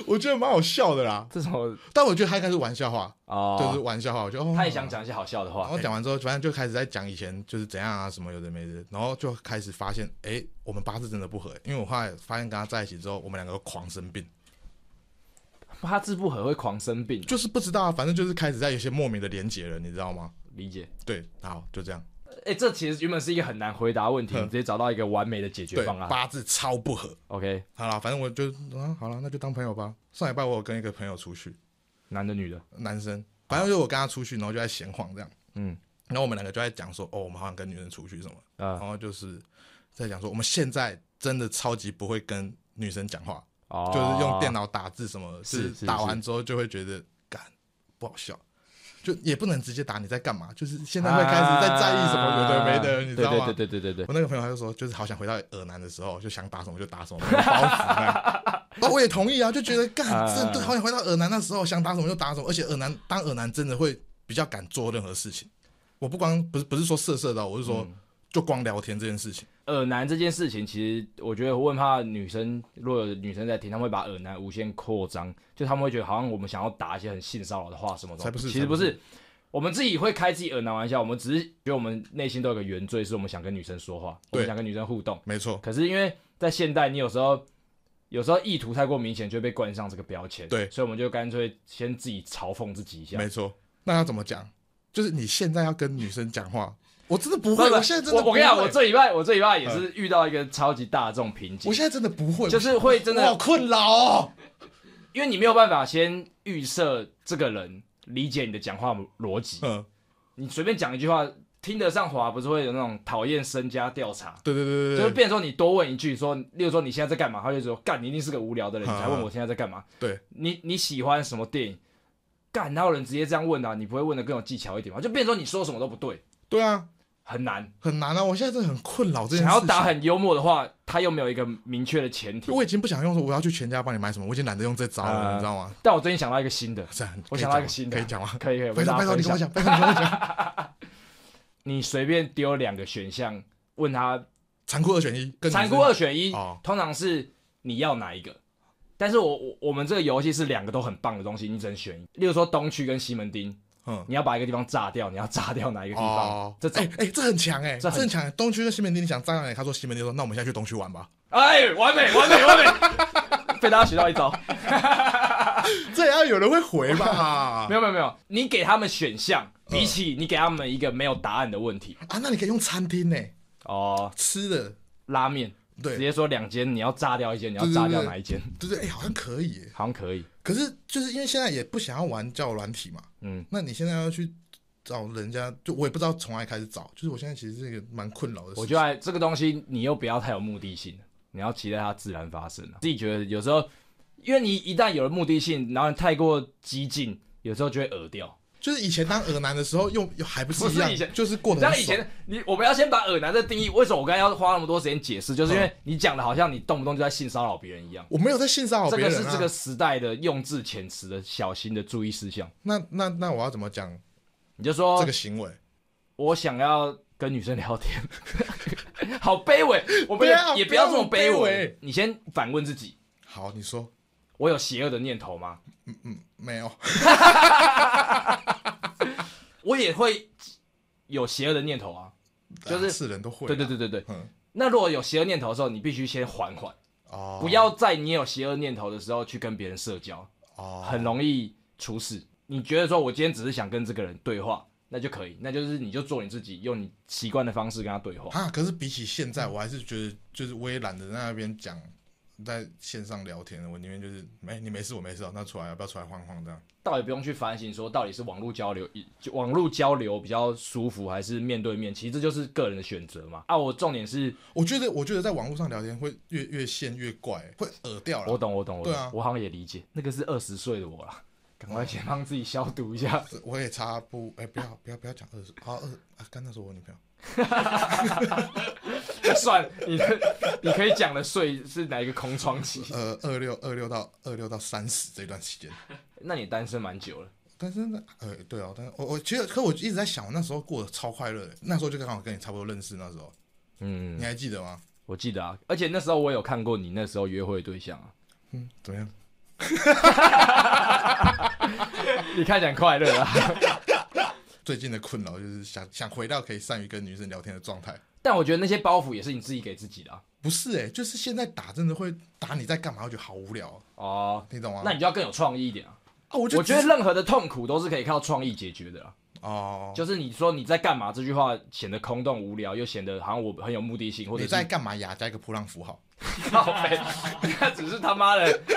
[SPEAKER 2] 我觉得蛮好笑的啦，
[SPEAKER 1] 这种
[SPEAKER 2] 但我觉得他应该是玩笑话，
[SPEAKER 1] 哦，
[SPEAKER 2] 就是哦玩笑话，我就哦，
[SPEAKER 1] 他也想。讲一些好笑的
[SPEAKER 2] 然
[SPEAKER 1] 话
[SPEAKER 2] 后。讲完之后，反正就开始在讲以前就是怎样啊，什么有的没的，然后就开始发现，哎、我们八字真的不合、因为我后来发现跟他在一起之后，我们两个都狂生病。
[SPEAKER 1] 八字不合会狂生病，
[SPEAKER 2] 就是不知道啊，反正就是开始在有些莫名的连结了，你知道吗？
[SPEAKER 1] 理解？
[SPEAKER 2] 对，好，就这样。
[SPEAKER 1] 哎、这其实原本是一个很难回答的问题，
[SPEAKER 2] 嗯
[SPEAKER 1] 你直接找到一个完美的解决
[SPEAKER 2] 对
[SPEAKER 1] 方，案。
[SPEAKER 2] 八字超不合。
[SPEAKER 1] OK，
[SPEAKER 2] 好啦，反正我就啊，好了，那就当朋友吧。上礼拜我有跟一个朋友出去，
[SPEAKER 1] 男的女的，
[SPEAKER 2] 男生，反正就我跟他出去，然后就在闲晃这样。
[SPEAKER 1] 嗯，
[SPEAKER 2] 然后我们两个就在讲说，哦，我们好想跟女生出去什么，
[SPEAKER 1] 呃
[SPEAKER 2] 然，后就是在讲说，我们现在真的超级不会跟女生讲话，
[SPEAKER 1] 哦
[SPEAKER 2] 就是用电脑打字什么，
[SPEAKER 1] 是
[SPEAKER 2] 就是打
[SPEAKER 1] 是
[SPEAKER 2] 完之后就会觉得干不好笑，就也不能直接打你在干嘛，就是现在会开始在在意什么有的没的，你知道吗？
[SPEAKER 1] 啊对对对对对对对，
[SPEAKER 2] 我那个朋友他就说，就是好想回到尔南的时候，就想打什么就打什么，没有包袱 那样。啊，我也同意啊，就觉得干
[SPEAKER 1] 啊，
[SPEAKER 2] 真的好想回到尔南那时候，想打什么就打什么，而且尔南当尔南真的会比较敢做任何事情。我不光不是不是说色色的哦，我是说
[SPEAKER 1] 嗯
[SPEAKER 2] 就光聊天这件事情。
[SPEAKER 1] 耳男呃这件事情，其实我觉得我很怕女生，如果有女生在听，她们会把耳男无限扩张，就她们会觉得好像我们想要打一些很性骚扰的话什么的，
[SPEAKER 2] 才不是
[SPEAKER 1] 其实不
[SPEAKER 2] 才
[SPEAKER 1] 是。我们自己会开自己耳男玩笑，我们只是觉得我们内心都有个原罪，是我们想跟女生说话，我们
[SPEAKER 2] 对
[SPEAKER 1] 想跟女生互动。
[SPEAKER 2] 没错，
[SPEAKER 1] 可是因为在现代，你有时候有时候意图太过明显，就会被冠上这个标签。
[SPEAKER 2] 对
[SPEAKER 1] 所以我们就干脆先自己嘲讽自己一下。
[SPEAKER 2] 没错。那要怎么讲？就是你现在要跟女生讲话，我真的不会，
[SPEAKER 1] 不不
[SPEAKER 2] 我现在真的
[SPEAKER 1] 我我跟你讲，
[SPEAKER 2] 不会嗯
[SPEAKER 1] 我这礼拜我这礼拜也是遇到一个超级大的这种瓶颈
[SPEAKER 2] 我，现在真的不会，
[SPEAKER 1] 就是会真
[SPEAKER 2] 我好
[SPEAKER 1] 的，
[SPEAKER 2] 困扰哦。
[SPEAKER 1] 因为你没有办法先预设这个人理解你的讲话逻辑，
[SPEAKER 2] 嗯，
[SPEAKER 1] 你随便讲一句话。听得上滑不是会有那种讨厌身家调查，
[SPEAKER 2] 对对对
[SPEAKER 1] 就
[SPEAKER 2] 对
[SPEAKER 1] 是
[SPEAKER 2] 对，
[SPEAKER 1] 变成说你多问一句，说，例如说你现在在干嘛，他就说干，你一定是个无聊的人，
[SPEAKER 2] 嗯
[SPEAKER 1] 你才问我现在在干嘛。
[SPEAKER 2] 对，
[SPEAKER 1] 你你喜欢什么电影？干，哪有人直接这样问啊？你不会问的更有技巧一点吗？就变成说你说什么都不对，
[SPEAKER 2] 对啊，
[SPEAKER 1] 很难。
[SPEAKER 2] 很难啊！我现在真的很困扰这件事
[SPEAKER 1] 想
[SPEAKER 2] 情。
[SPEAKER 1] 要打很幽默的话，他又没有一个明确的前提
[SPEAKER 2] 就。我已经不想用说我要去全家帮你买什么，我已经懒得用这招了，
[SPEAKER 1] 啊
[SPEAKER 2] 你知道吗？
[SPEAKER 1] 但我最近想到一个新的，
[SPEAKER 2] 这样，
[SPEAKER 1] 我
[SPEAKER 2] 可以
[SPEAKER 1] 想到一个
[SPEAKER 2] 讲吗
[SPEAKER 1] 新的
[SPEAKER 2] 可以讲吗？
[SPEAKER 1] 可以可以，我
[SPEAKER 2] 拜
[SPEAKER 1] 跟大家分
[SPEAKER 2] 托拜托，你跟
[SPEAKER 1] 享
[SPEAKER 2] 我。讲，拜托你跟我 讲，
[SPEAKER 1] 你随便丢两个选项，问他
[SPEAKER 2] 残酷二选一，跟
[SPEAKER 1] 残
[SPEAKER 2] 女
[SPEAKER 1] 酷
[SPEAKER 2] 生
[SPEAKER 1] 二选一
[SPEAKER 2] 哦，
[SPEAKER 1] 通常是你要哪一个？但是我我我们这个游戏是两个都很棒的东西，你只能选一。例如说东区跟西门町，
[SPEAKER 2] 嗯。
[SPEAKER 1] 你要把一个地方炸掉，你要炸掉哪一个地方
[SPEAKER 2] 哦？，
[SPEAKER 1] 这种
[SPEAKER 2] 哎哎，这很强哎，
[SPEAKER 1] 这
[SPEAKER 2] 这
[SPEAKER 1] 很
[SPEAKER 2] 很强。东区跟西门町，你想站哪里？他说西门町说，那我们现在去东区玩吧。
[SPEAKER 1] 哎，完美完美完美， 被大家学到一招。
[SPEAKER 2] 这也要有人会回吧？
[SPEAKER 1] 没有没有没有，你给他们选项，比起你给他们一个没有答案的问题
[SPEAKER 2] 啊，那你可以用餐厅呢，
[SPEAKER 1] 哦，
[SPEAKER 2] 吃的，
[SPEAKER 1] 拉面直
[SPEAKER 2] 对
[SPEAKER 1] 接说两间，你要炸掉一间，你要
[SPEAKER 2] 对对
[SPEAKER 1] 炸掉
[SPEAKER 2] 对
[SPEAKER 1] 哪一间？
[SPEAKER 2] 对对，哎，好像可以耶。
[SPEAKER 1] 好像可以，
[SPEAKER 2] 可是就是因为现在也不想要玩叫软体嘛，
[SPEAKER 1] 嗯，
[SPEAKER 2] 那你现在要去找人家，就我也不知道从哪里开始找，就是我现在其实是一个蛮困扰的事情。
[SPEAKER 1] 我觉得这个东西你又不要太有目的性，你要期待它自然发生啊。自己觉得有时候，因为你一旦有了目的性，然后你太过激进，有时候就会耳掉。
[SPEAKER 2] 就是以前当耳男的时候，又又还不是一
[SPEAKER 1] 不
[SPEAKER 2] 样
[SPEAKER 1] 是以，前
[SPEAKER 2] 就是过
[SPEAKER 1] 你
[SPEAKER 2] 得
[SPEAKER 1] 像
[SPEAKER 2] 很
[SPEAKER 1] 以
[SPEAKER 2] 爽。
[SPEAKER 1] 前，你我们要先把耳男的定义，为什么我刚才要花那么多时间解释，
[SPEAKER 2] 哦
[SPEAKER 1] 就是因为你讲的好像你动不动就在性骚扰别人一样。
[SPEAKER 2] 我没有在性骚扰
[SPEAKER 1] 这
[SPEAKER 2] 别
[SPEAKER 1] 个
[SPEAKER 2] 人
[SPEAKER 1] 是
[SPEAKER 2] 啊。
[SPEAKER 1] 这个时代的用字遣词的小心的注意事项。
[SPEAKER 2] 那那那我要怎么讲
[SPEAKER 1] 你就说
[SPEAKER 2] 这个行为？
[SPEAKER 1] 我想要跟女生聊天， 好卑微，我们也
[SPEAKER 2] 对啊
[SPEAKER 1] 也不要这么
[SPEAKER 2] 不要
[SPEAKER 1] 卑
[SPEAKER 2] 那么卑
[SPEAKER 1] 微
[SPEAKER 2] 微。
[SPEAKER 1] 你先反问自己，
[SPEAKER 2] 好，你说嗯
[SPEAKER 1] 我有邪恶的念头吗？
[SPEAKER 2] 没有？
[SPEAKER 1] 我也会有邪恶的念头啊。就是
[SPEAKER 2] 啊是人都会啊。
[SPEAKER 1] 对对对对对。
[SPEAKER 2] 嗯
[SPEAKER 1] 那如果有邪恶念头的时候，你必须先缓缓，
[SPEAKER 2] 哦，
[SPEAKER 1] 不要在你有邪恶念头的时候去跟别人社交，
[SPEAKER 2] 哦，
[SPEAKER 1] 很容易出事。你觉得说我今天只是想跟这个人对话，那就可以，那就是你就做你自己，用你习惯的方式跟他对话。
[SPEAKER 2] 啊，可是比起现在，我还是觉得就是我也懒得在那边讲，在线上聊天了。我宁愿就是没你没事，我没事哦，那出来要不要出来晃晃这样？
[SPEAKER 1] 倒也不用去反省说到底是网络交流，就网络交流比较舒服，还是面对面？其实这就是个人的选择嘛。啊，我重点是，
[SPEAKER 2] 我觉得我觉得在网络上聊天会越越陷越怪，会耳掉
[SPEAKER 1] 我
[SPEAKER 2] 了。
[SPEAKER 1] 懂，我懂，我懂，
[SPEAKER 2] 对啊
[SPEAKER 1] 我好像也理解，那个是二十岁的我啦，赶快先帮自己消毒一下。
[SPEAKER 2] 这我也差不哎、不要不要不要讲二十，好二十啊，刚那时候我女朋友，
[SPEAKER 1] 算了你的，你可以讲的岁是哪一个空窗期？
[SPEAKER 2] 呃，二六二六到二六到三十这段期间，
[SPEAKER 1] 那你单身蛮久了，
[SPEAKER 2] 但是呢，呃，对哦，但是我我其实可我一直在想，我那时候过得超快乐的，那时候就刚好跟你差不多认识，那时候
[SPEAKER 1] 嗯
[SPEAKER 2] 你，还记得吗？
[SPEAKER 1] 我记得啊，而且那时候我有看过你那时候约会对象啊，
[SPEAKER 2] 嗯，怎么样？
[SPEAKER 1] 你看起来很快乐啊。
[SPEAKER 2] 最近的困扰就是想想回到可以善于跟女生聊天的状态。
[SPEAKER 1] 但我觉得那些包袱也是你自己给自己的啊。
[SPEAKER 2] 不是哎、就是现在打真的会打你在干嘛，我觉得好无聊哦、
[SPEAKER 1] 哦，
[SPEAKER 2] 你懂吗？
[SPEAKER 1] 那你就要更有创意一点啊。
[SPEAKER 2] 啊，我就
[SPEAKER 1] 我觉得任何的痛苦都是可以靠创意解决的啊。
[SPEAKER 2] 哦，
[SPEAKER 1] 就是你说你在干嘛这句话显得空洞无聊，又显得好像我很有目的性，或者
[SPEAKER 2] 你
[SPEAKER 1] 是
[SPEAKER 2] 在干嘛呀？加一个波浪符号，
[SPEAKER 1] 靠背， 那只是他妈的
[SPEAKER 2] 比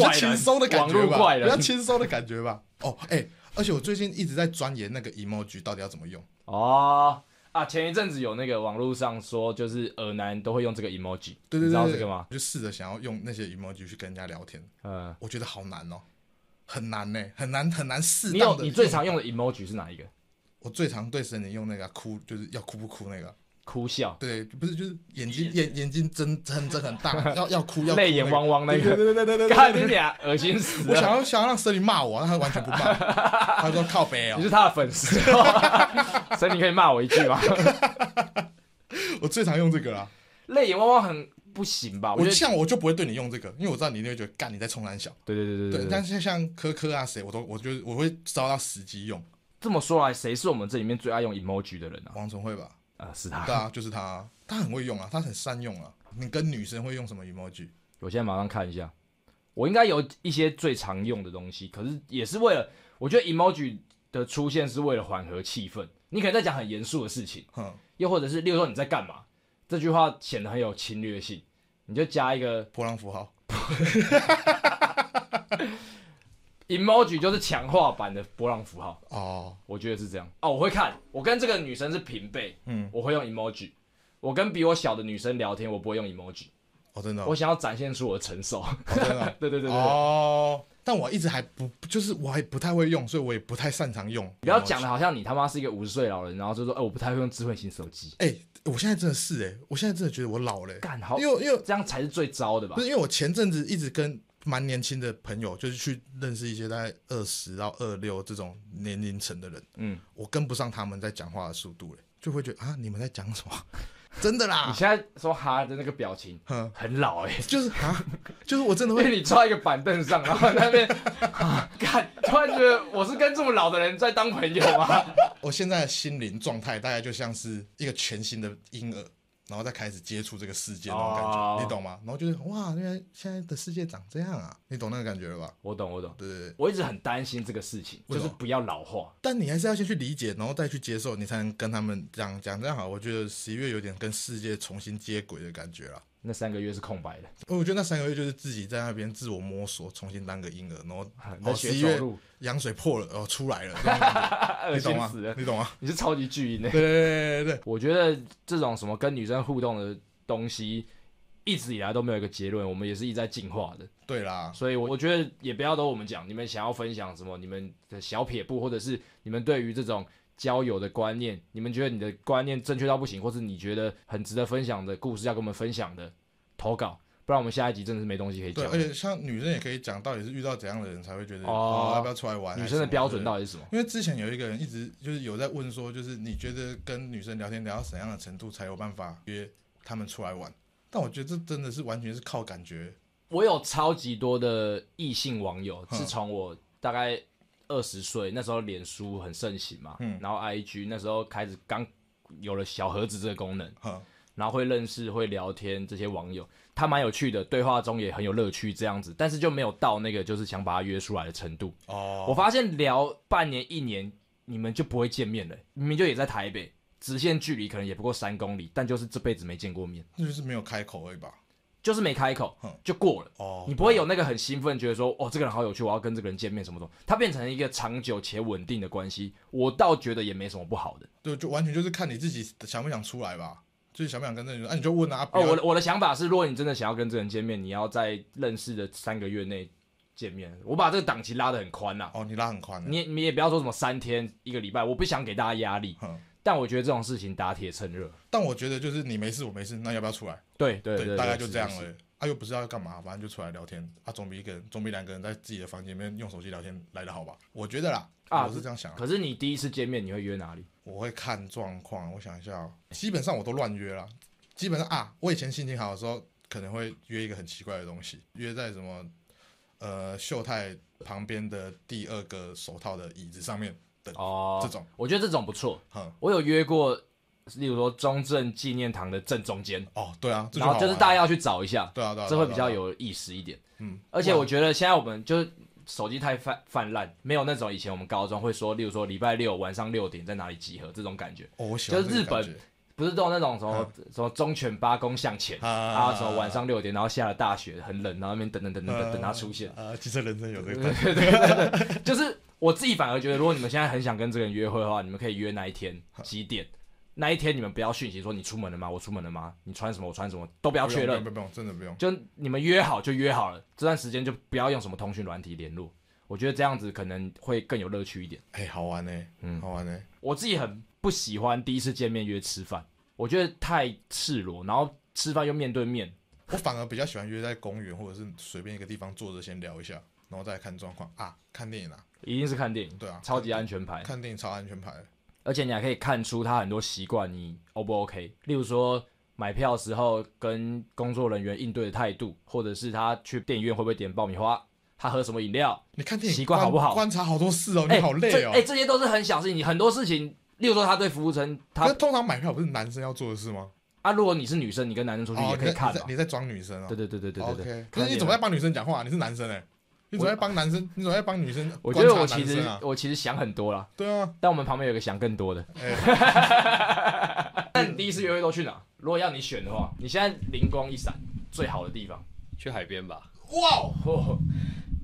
[SPEAKER 2] 较
[SPEAKER 1] 怪
[SPEAKER 2] 轻
[SPEAKER 1] 人，
[SPEAKER 2] 松的感
[SPEAKER 1] 网
[SPEAKER 2] 觉
[SPEAKER 1] 络
[SPEAKER 2] 吧，
[SPEAKER 1] 怪
[SPEAKER 2] 比较
[SPEAKER 1] 人。
[SPEAKER 2] 轻松的感觉吧。哦，哎、而且我最近一直在钻研那个 emoji 到底要怎么用。
[SPEAKER 1] 哦啊，前一阵子有那个网络上说，就是耳男都会用这个 emoji，你
[SPEAKER 2] 对对对
[SPEAKER 1] 知道
[SPEAKER 2] 对，
[SPEAKER 1] 这个吗？
[SPEAKER 2] 我就试着想要用那些 emoji 去跟人家聊天，
[SPEAKER 1] 嗯，
[SPEAKER 2] 我觉得好难哦，很难呢、很难很难适
[SPEAKER 1] 你
[SPEAKER 2] 当
[SPEAKER 1] 有
[SPEAKER 2] 的。
[SPEAKER 1] 你最常用的 emoji 是哪一个？
[SPEAKER 2] 我最常对神灵用那个啊哭，就是要哭不哭那个啊。
[SPEAKER 1] 哭笑，
[SPEAKER 2] 对，不是就是眼睛眼眼睛睁睁睁很大，要要哭要哭
[SPEAKER 1] 泪眼汪汪那
[SPEAKER 2] 那个
[SPEAKER 1] 个，
[SPEAKER 2] 对对对对对对
[SPEAKER 1] 看
[SPEAKER 2] 对
[SPEAKER 1] 你
[SPEAKER 2] 对
[SPEAKER 1] 俩恶心死
[SPEAKER 2] 我想
[SPEAKER 1] 了。
[SPEAKER 2] 要想要让森林骂我，但他完全 不骂，他说靠北
[SPEAKER 1] 你
[SPEAKER 2] 哦。
[SPEAKER 1] 是他的粉丝哦， 所以你可以骂我一句吗？
[SPEAKER 2] 我最常用这个啦，
[SPEAKER 1] 泪眼汪汪很不行吧？我觉
[SPEAKER 2] 我
[SPEAKER 1] 得
[SPEAKER 2] 像我就不会对你用这个，因为我知道你一定会觉得干你在冲蓝小。
[SPEAKER 1] 对对对对
[SPEAKER 2] 对
[SPEAKER 1] 对，，
[SPEAKER 2] 但是像科科啊谁，我都我就是我会找到时机用，
[SPEAKER 1] 这么说来，谁是我们这里面最爱用 emoji 的人啊？
[SPEAKER 2] 王纯慧吧，
[SPEAKER 1] 啊，是他。
[SPEAKER 2] 对啊，就是他啊，他很会用啊，他很善用啊。你跟女生会用什么 emoji？
[SPEAKER 1] 我现在马上看一下，我应该有一些最常用的东西，可是也是为了，我觉得 emoji 的出现是为了缓和气氛。你可能在讲很严肃的事情，
[SPEAKER 2] 哼，
[SPEAKER 1] 又或者是，例如说你在干嘛，这句话显得很有侵略性，你就加一个
[SPEAKER 2] 波浪符号。
[SPEAKER 1] emoji，就是强化版的波浪符号。
[SPEAKER 2] 哦，
[SPEAKER 1] 我觉得是这样哦，我会看，我跟这个女生是平辈，
[SPEAKER 2] 嗯，
[SPEAKER 1] 我会用 emoji。我跟比我小的女生聊天，我不会用 emoji，、
[SPEAKER 2] 哦真的哦，
[SPEAKER 1] 我想要展现出我的成熟。
[SPEAKER 2] 哦真的哦。
[SPEAKER 1] 对对对对对
[SPEAKER 2] 哦，但我一直还不就是我还不太会用，所以我也不太擅长用。
[SPEAKER 1] 不要讲的好像你他妈是一个五十岁老人，然后就说，哎、我不太会用智慧型手机，
[SPEAKER 2] 哎、我现在真的是哎、我现在真的觉得我老了欸、
[SPEAKER 1] 干好，
[SPEAKER 2] 因为因为
[SPEAKER 1] 这样才是最糟的吧
[SPEAKER 2] 不？是因为我前阵子一直跟蛮年轻的朋友，就是去认识一些大概二十到二六这种年龄层的人，
[SPEAKER 1] 嗯，
[SPEAKER 2] 我跟不上他们在讲话的速度嘞、就会觉得啊，你们在讲什么？ 真的
[SPEAKER 1] 你
[SPEAKER 2] 啦，
[SPEAKER 1] 现在说哈的那个表情
[SPEAKER 2] 哼，
[SPEAKER 1] 很老哎、
[SPEAKER 2] 就是啊，就是我真的
[SPEAKER 1] 因为
[SPEAKER 2] 会，
[SPEAKER 1] 你坐在一个板凳上，然后在那边 啊干，突然觉得我是跟这么老的人在当朋友吗？
[SPEAKER 2] 我现在的心灵状态大概就像是一个全新的婴儿。然后再开始接触这个世界那种感觉
[SPEAKER 1] 哦
[SPEAKER 2] 你懂吗？然后就是哇，原来现在的世界长这样啊，你懂那个感觉了吧？
[SPEAKER 1] 我懂，我懂，
[SPEAKER 2] 对对对。
[SPEAKER 1] 我一直很担心这个事情，就
[SPEAKER 2] 为什
[SPEAKER 1] 是
[SPEAKER 2] 么
[SPEAKER 1] 不要老化。
[SPEAKER 2] 但你还是要先去理解，然后再去接受，你才能跟他们讲讲这样好。我觉得十一月有点跟世界重新接轨的感觉啦。
[SPEAKER 1] 那三个月是空白的，
[SPEAKER 2] 我觉得那三个月就是自己在那边自我摸索，重新当个婴儿，然后
[SPEAKER 1] 你在
[SPEAKER 2] 哦
[SPEAKER 1] 学
[SPEAKER 2] 十一
[SPEAKER 1] 走
[SPEAKER 2] 月
[SPEAKER 1] 路，
[SPEAKER 2] 羊水破了，哦出来了，这种感
[SPEAKER 1] 啊
[SPEAKER 2] 觉
[SPEAKER 1] 恶
[SPEAKER 2] 你懂
[SPEAKER 1] 心死
[SPEAKER 2] 吗
[SPEAKER 1] 了？！
[SPEAKER 2] 你懂吗？
[SPEAKER 1] 你是超级巨婴哎、
[SPEAKER 2] 对对对对对对，
[SPEAKER 1] 我觉得这种什么跟女生互动的东西，一直以来都没有一个结论，我们也是一直在进化的。
[SPEAKER 2] 对啦，
[SPEAKER 1] 所以我我觉得也不要都我们讲，你们想要分享什么，你们的小撇步，或者是你们对于这种交友的观念，你们觉得你的观念正确到不行，或是你觉得很值得分享的故事要跟我们分享的，投稿，不然我们下一集真的是没东西可以
[SPEAKER 2] 对，
[SPEAKER 1] 讲
[SPEAKER 2] 而。且像女生也可以讲，到底是遇到怎样的人才会觉得
[SPEAKER 1] 哦
[SPEAKER 2] 哦要不要出来玩？
[SPEAKER 1] 女生的标准
[SPEAKER 2] 到。
[SPEAKER 1] 到底是什么？
[SPEAKER 2] 因为之前有一个人一直就是有在问说，就是你觉得跟女生聊天聊到怎样的程度才有办法约他们出来玩？但我觉得这真的是完全是靠感觉。
[SPEAKER 1] 我有超级多的异性网友，
[SPEAKER 2] 嗯
[SPEAKER 1] 自从我大概二十岁那时候，脸书很盛行嘛，
[SPEAKER 2] 嗯
[SPEAKER 1] 然后 IG 那时候开始刚有了小盒子这个功能，
[SPEAKER 2] 哈，
[SPEAKER 1] 然后会认识、会聊天这些网友，他蛮有趣的，对话中也很有乐趣这样子，但是就没有到那个就是想把他约出来的程度。
[SPEAKER 2] 哦，
[SPEAKER 1] 我发现聊半年、一年，你们就不会见面了，你们就也在台北，直线距离可能也不过三公里，但就是这辈子没见过面，
[SPEAKER 2] 那就是没有开口而已吧？
[SPEAKER 1] 就是没开口
[SPEAKER 2] 嗯
[SPEAKER 1] 就过了。
[SPEAKER 2] 哦，
[SPEAKER 1] 你不会有那个很兴奋，觉得说哦，这个人好有趣，我要跟这个人见面什么的，它变成一个长久且稳定的关系，我倒觉得也没什么不好的。
[SPEAKER 2] 对，就完全就是看你自己想不想出来吧，就是想不想跟这个女生，啊，你就问啊，不
[SPEAKER 1] 哦，
[SPEAKER 2] 要
[SPEAKER 1] 我的我的想法是，如果你真的想要跟这个人见面，你要在认识的三个月内见面。我把这个档期拉得很宽啦、
[SPEAKER 2] 哦，你拉很宽的，
[SPEAKER 1] 你也你也不要说什么三天一个礼拜，我不想给大家压力，
[SPEAKER 2] 哼。
[SPEAKER 1] 但我觉得这种事情打铁趁热。
[SPEAKER 2] 但我觉得就是你没事我没事，那要不要出来？
[SPEAKER 1] 对对对，
[SPEAKER 2] 大概就这样
[SPEAKER 1] 是是
[SPEAKER 2] 了。啊，又不是要干嘛，反正就出来聊天啊，总比一个人，总比两个人在自己的房间里面用手机聊天来的好吧？我觉得啦，
[SPEAKER 1] 啊
[SPEAKER 2] 我是这样想啊。
[SPEAKER 1] 可是你第一次见面，你会约哪里？
[SPEAKER 2] 我会看状况，我想一下、哦，基本上我都乱约啦。基本上啊，我以前心情好的时候，可能会约一个很奇怪的东西，约在什么呃秀泰旁边的第二个手套的椅子上面的、这
[SPEAKER 1] 哦，
[SPEAKER 2] 种，
[SPEAKER 1] 我觉得这种不错。
[SPEAKER 2] 哼，
[SPEAKER 1] 我有约过，例如说中正纪念堂的正中间，
[SPEAKER 2] 哦，对啊，这
[SPEAKER 1] 然后就是大
[SPEAKER 2] 好
[SPEAKER 1] 家
[SPEAKER 2] 玩啊
[SPEAKER 1] 要去找一下，
[SPEAKER 2] 对啊对啊，
[SPEAKER 1] 这会
[SPEAKER 2] 对啊
[SPEAKER 1] 比较，
[SPEAKER 2] 对啊
[SPEAKER 1] 有意思一点。
[SPEAKER 2] 嗯，
[SPEAKER 1] 而且
[SPEAKER 2] 不
[SPEAKER 1] 我
[SPEAKER 2] 然
[SPEAKER 1] 觉得现在我们就是手机太泛泛滥，没有那种以前我们高中会说，例如说礼拜六晚上六点在哪里集合这种感觉，
[SPEAKER 2] 哦，我喜欢
[SPEAKER 1] 就是日本
[SPEAKER 2] 这个感
[SPEAKER 1] 不是都有那种什么、什么忠犬八公向前
[SPEAKER 2] 觉
[SPEAKER 1] 啊，什么晚上六点，然后下了大雪很冷，然后那边等等等等等等他出现，
[SPEAKER 2] 啊，汽车人生 有这个，
[SPEAKER 1] 就是我自己反而觉得，如果你们现在很想跟这个人约会的话，你们可以约那一天几点。那一天你们不要讯息说你出门了吗？我出门了吗？你穿什么？我穿什么都不要确认
[SPEAKER 2] 不用，不用，真的不用。
[SPEAKER 1] 就你们约好就约好了，这段时间就不要用什么通讯软体联络。我觉得这样子可能会更有乐趣一点。
[SPEAKER 2] 哎，好玩呢，
[SPEAKER 1] 嗯
[SPEAKER 2] 好玩呢，欸
[SPEAKER 1] 我自己很不喜欢第一次见面约吃饭，我觉得太赤裸，然后吃饭又面对面。
[SPEAKER 2] 我反而比较喜欢约在公园或者是随便一个地方坐着先聊一下，然后再看状况啊，看电影啊，
[SPEAKER 1] 一定是看电影，
[SPEAKER 2] 对啊
[SPEAKER 1] 超级安全牌，
[SPEAKER 2] 看电影超安全牌的，
[SPEAKER 1] 而且你还可以看出他很多习惯，你 O 不 OK？例如说买票的时候跟工作人员应对的态度，或者是他去电影院会不会点爆米花，他喝什么饮料，
[SPEAKER 2] 你看电影
[SPEAKER 1] 习惯好不好
[SPEAKER 2] 观观察好多事哦，
[SPEAKER 1] 哎
[SPEAKER 2] 你好累
[SPEAKER 1] 这
[SPEAKER 2] 哦
[SPEAKER 1] 哎、。这些都是很小事情，很多事情，例如说他对服务生，他
[SPEAKER 2] 那通常买票不是男生要做的事吗？
[SPEAKER 1] 啊，如果你是女生，你跟男生出去
[SPEAKER 2] 哦
[SPEAKER 1] 也，
[SPEAKER 2] 你
[SPEAKER 1] 可以
[SPEAKER 2] 在
[SPEAKER 1] 看
[SPEAKER 2] 你在
[SPEAKER 1] 嘛。
[SPEAKER 2] 你在装女生啊
[SPEAKER 1] 对？对对对对对对
[SPEAKER 2] OK，。可是你总在帮女生讲话，你是男生哎，你总在帮男生，你总在帮女生
[SPEAKER 1] 我觉
[SPEAKER 2] 观
[SPEAKER 1] 得
[SPEAKER 2] 察
[SPEAKER 1] 我
[SPEAKER 2] 男
[SPEAKER 1] 其实
[SPEAKER 2] 生啊？
[SPEAKER 1] 我其实想很多啦，
[SPEAKER 2] 对啊，
[SPEAKER 1] 但我们旁边有个想更多的。
[SPEAKER 2] 哎
[SPEAKER 1] 但你第一次约会都去哪？如果要你选的话，你现在灵光一闪，最好的地方，
[SPEAKER 3] 去海边吧，
[SPEAKER 2] 哇哦，
[SPEAKER 1] 哦，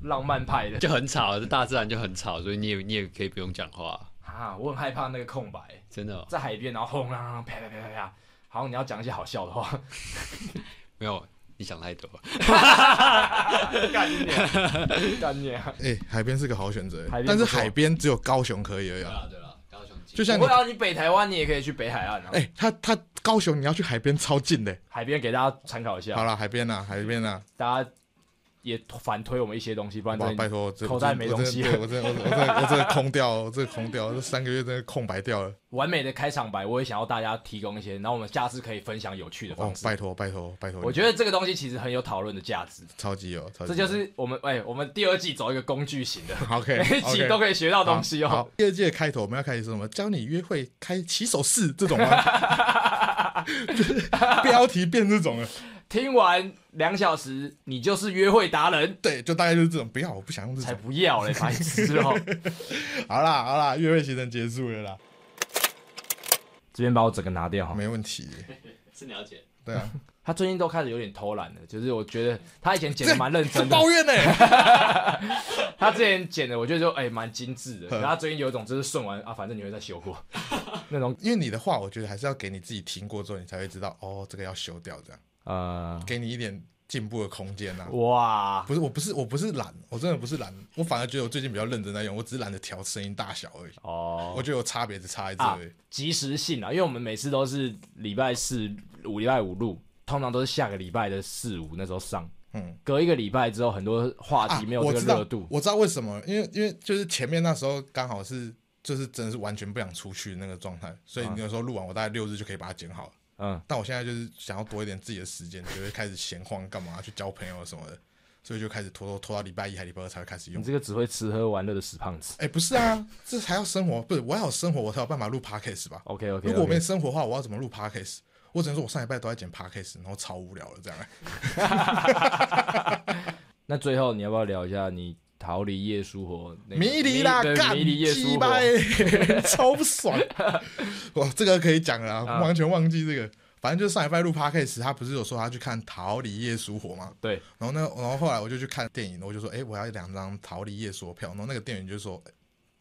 [SPEAKER 1] 浪漫派的
[SPEAKER 3] 就很吵，这大自然就很吵，所以你也你也可以不用讲话，
[SPEAKER 1] 啊，我很害怕那个空白，
[SPEAKER 3] 真的哦、
[SPEAKER 1] 在海边，然后轰啦啦，啪啪啪啪啪，好像你要讲一些好笑的 话，
[SPEAKER 3] 没有，你想太多了。
[SPEAKER 1] 干你娘， 干你娘！
[SPEAKER 2] 哎，海边是个好选择欸
[SPEAKER 1] 海，边
[SPEAKER 2] 但是
[SPEAKER 1] 不错
[SPEAKER 2] 海边只有高雄可以而已啊。
[SPEAKER 3] 啦对啦，高雄
[SPEAKER 2] 就像
[SPEAKER 1] 不
[SPEAKER 2] 你
[SPEAKER 1] 会，啊，你北台湾你也可以去北海岸啊，
[SPEAKER 2] 哎、他他高雄你要去海边超近的。欸
[SPEAKER 1] 海边给大家参考一下
[SPEAKER 2] 好。啦，海边啦，海边啊啦，
[SPEAKER 1] 大家也反推我们一些东西，不然
[SPEAKER 2] 哇，
[SPEAKER 1] 真
[SPEAKER 2] 拜
[SPEAKER 1] 的
[SPEAKER 2] 托，我这
[SPEAKER 1] 口袋没东西
[SPEAKER 2] 我真的对我真的我真的我真的我真的空掉，我这空掉，这三个月真的空白掉了。
[SPEAKER 1] 完美的开场白，我也想要大家提供一些，然后我们下次可以分享有趣的
[SPEAKER 2] 哦
[SPEAKER 1] 方，式。
[SPEAKER 2] 拜托，拜托，拜托你，
[SPEAKER 1] 我觉得这个东西其实很有讨论的价值，
[SPEAKER 2] 超级有，超级
[SPEAKER 1] 这就
[SPEAKER 2] 有
[SPEAKER 1] 是我们哎、我们第二季走一个工具型的，
[SPEAKER 2] OK，
[SPEAKER 1] 每一集
[SPEAKER 2] OK，
[SPEAKER 1] 都可以学到东西
[SPEAKER 2] 好
[SPEAKER 1] 哦。
[SPEAKER 2] 好第二届开头我们要开始什么？教你约会开起手式这种吗？ 就是标题变这种了，
[SPEAKER 1] 听完两小时，你就是约会达人，
[SPEAKER 2] 对，就大概就是这种。不要，我不想用这
[SPEAKER 1] 才
[SPEAKER 2] 种。
[SPEAKER 1] 不要嘞，白痴 哦！
[SPEAKER 2] 好啦，好啦，约会行程结束了啦，
[SPEAKER 1] 这边把我整个拿掉哈。
[SPEAKER 2] 没问题。
[SPEAKER 3] 是了解，
[SPEAKER 2] 对啊，
[SPEAKER 1] 他最近都开始有点偷懒了，就是我觉得他以前剪的蛮认
[SPEAKER 2] 这
[SPEAKER 1] 真的，
[SPEAKER 2] 抱怨呢、欸
[SPEAKER 1] 他之前剪的，我觉得就哎蛮、精致 的。
[SPEAKER 2] 嗯
[SPEAKER 1] 然后他最近有一种就是顺完啊，反正你会再修 过那种
[SPEAKER 2] 因为你的话，我觉得还是要给你自己听过之后，你才会知道哦，这个要修掉这样。
[SPEAKER 1] 呃，
[SPEAKER 2] 给你一点进步的空间啊。
[SPEAKER 1] 哇，
[SPEAKER 2] 不是，我不是，我不是懒，我真的不是懒，我反而觉得我最近比较认真在用，我只是懒得调声音大小而已。
[SPEAKER 1] 哦，
[SPEAKER 2] 我觉得有差别只差一
[SPEAKER 1] 啊
[SPEAKER 2] 而已。，
[SPEAKER 1] 及时性啊，因为我们每次都是礼拜四、五礼拜五录，通常都是下个礼拜的四五那时候上，
[SPEAKER 2] 嗯，
[SPEAKER 1] 隔一个礼拜之后，很多话
[SPEAKER 2] 啊
[SPEAKER 1] 题没有
[SPEAKER 2] 我
[SPEAKER 1] 这个
[SPEAKER 2] 知道
[SPEAKER 1] 热度，
[SPEAKER 2] 我知道为什么，因为因为就是前面那时候刚好是就是真的是完全不想出去那个状态，所以
[SPEAKER 1] 啊
[SPEAKER 2] 你有时候录完我大概六日就可以把它剪好了。
[SPEAKER 1] 嗯，
[SPEAKER 2] 但我现在就是想要多一点自己的时间，就会开始闲晃干嘛去交朋友什么的，所以就开始拖拖拖到礼拜一还礼拜二才会开始用
[SPEAKER 1] 你。这个只会吃喝玩乐的死胖子。
[SPEAKER 2] 哎、不是啊，这还要生活，不是我要有生活，我才有办法录 podcast 吧。
[SPEAKER 1] OK OK，
[SPEAKER 2] 如果我没生活的话，我要怎么录 podcast？我只能说我上礼拜都在剪 podcast，然后超无聊了这样。
[SPEAKER 1] 那最后你要不要聊一下你逃离夜生活、那个
[SPEAKER 2] 迷离啦，
[SPEAKER 1] 对
[SPEAKER 2] 干
[SPEAKER 1] 迷离夜
[SPEAKER 2] 鸡
[SPEAKER 1] 生
[SPEAKER 2] 巴
[SPEAKER 1] 活，
[SPEAKER 2] 欸， 超不爽！ 哇，这个可以讲了啊，
[SPEAKER 1] 啊
[SPEAKER 2] 完全忘记这个。反正就是上礼拜录 podcast，他不是有说他去看《逃离夜书火》吗？
[SPEAKER 1] 对，
[SPEAKER 2] 然后呢，然后后来我就去看电影，我就说，哎、我要两张《逃离夜书》票。然后那个店员就说，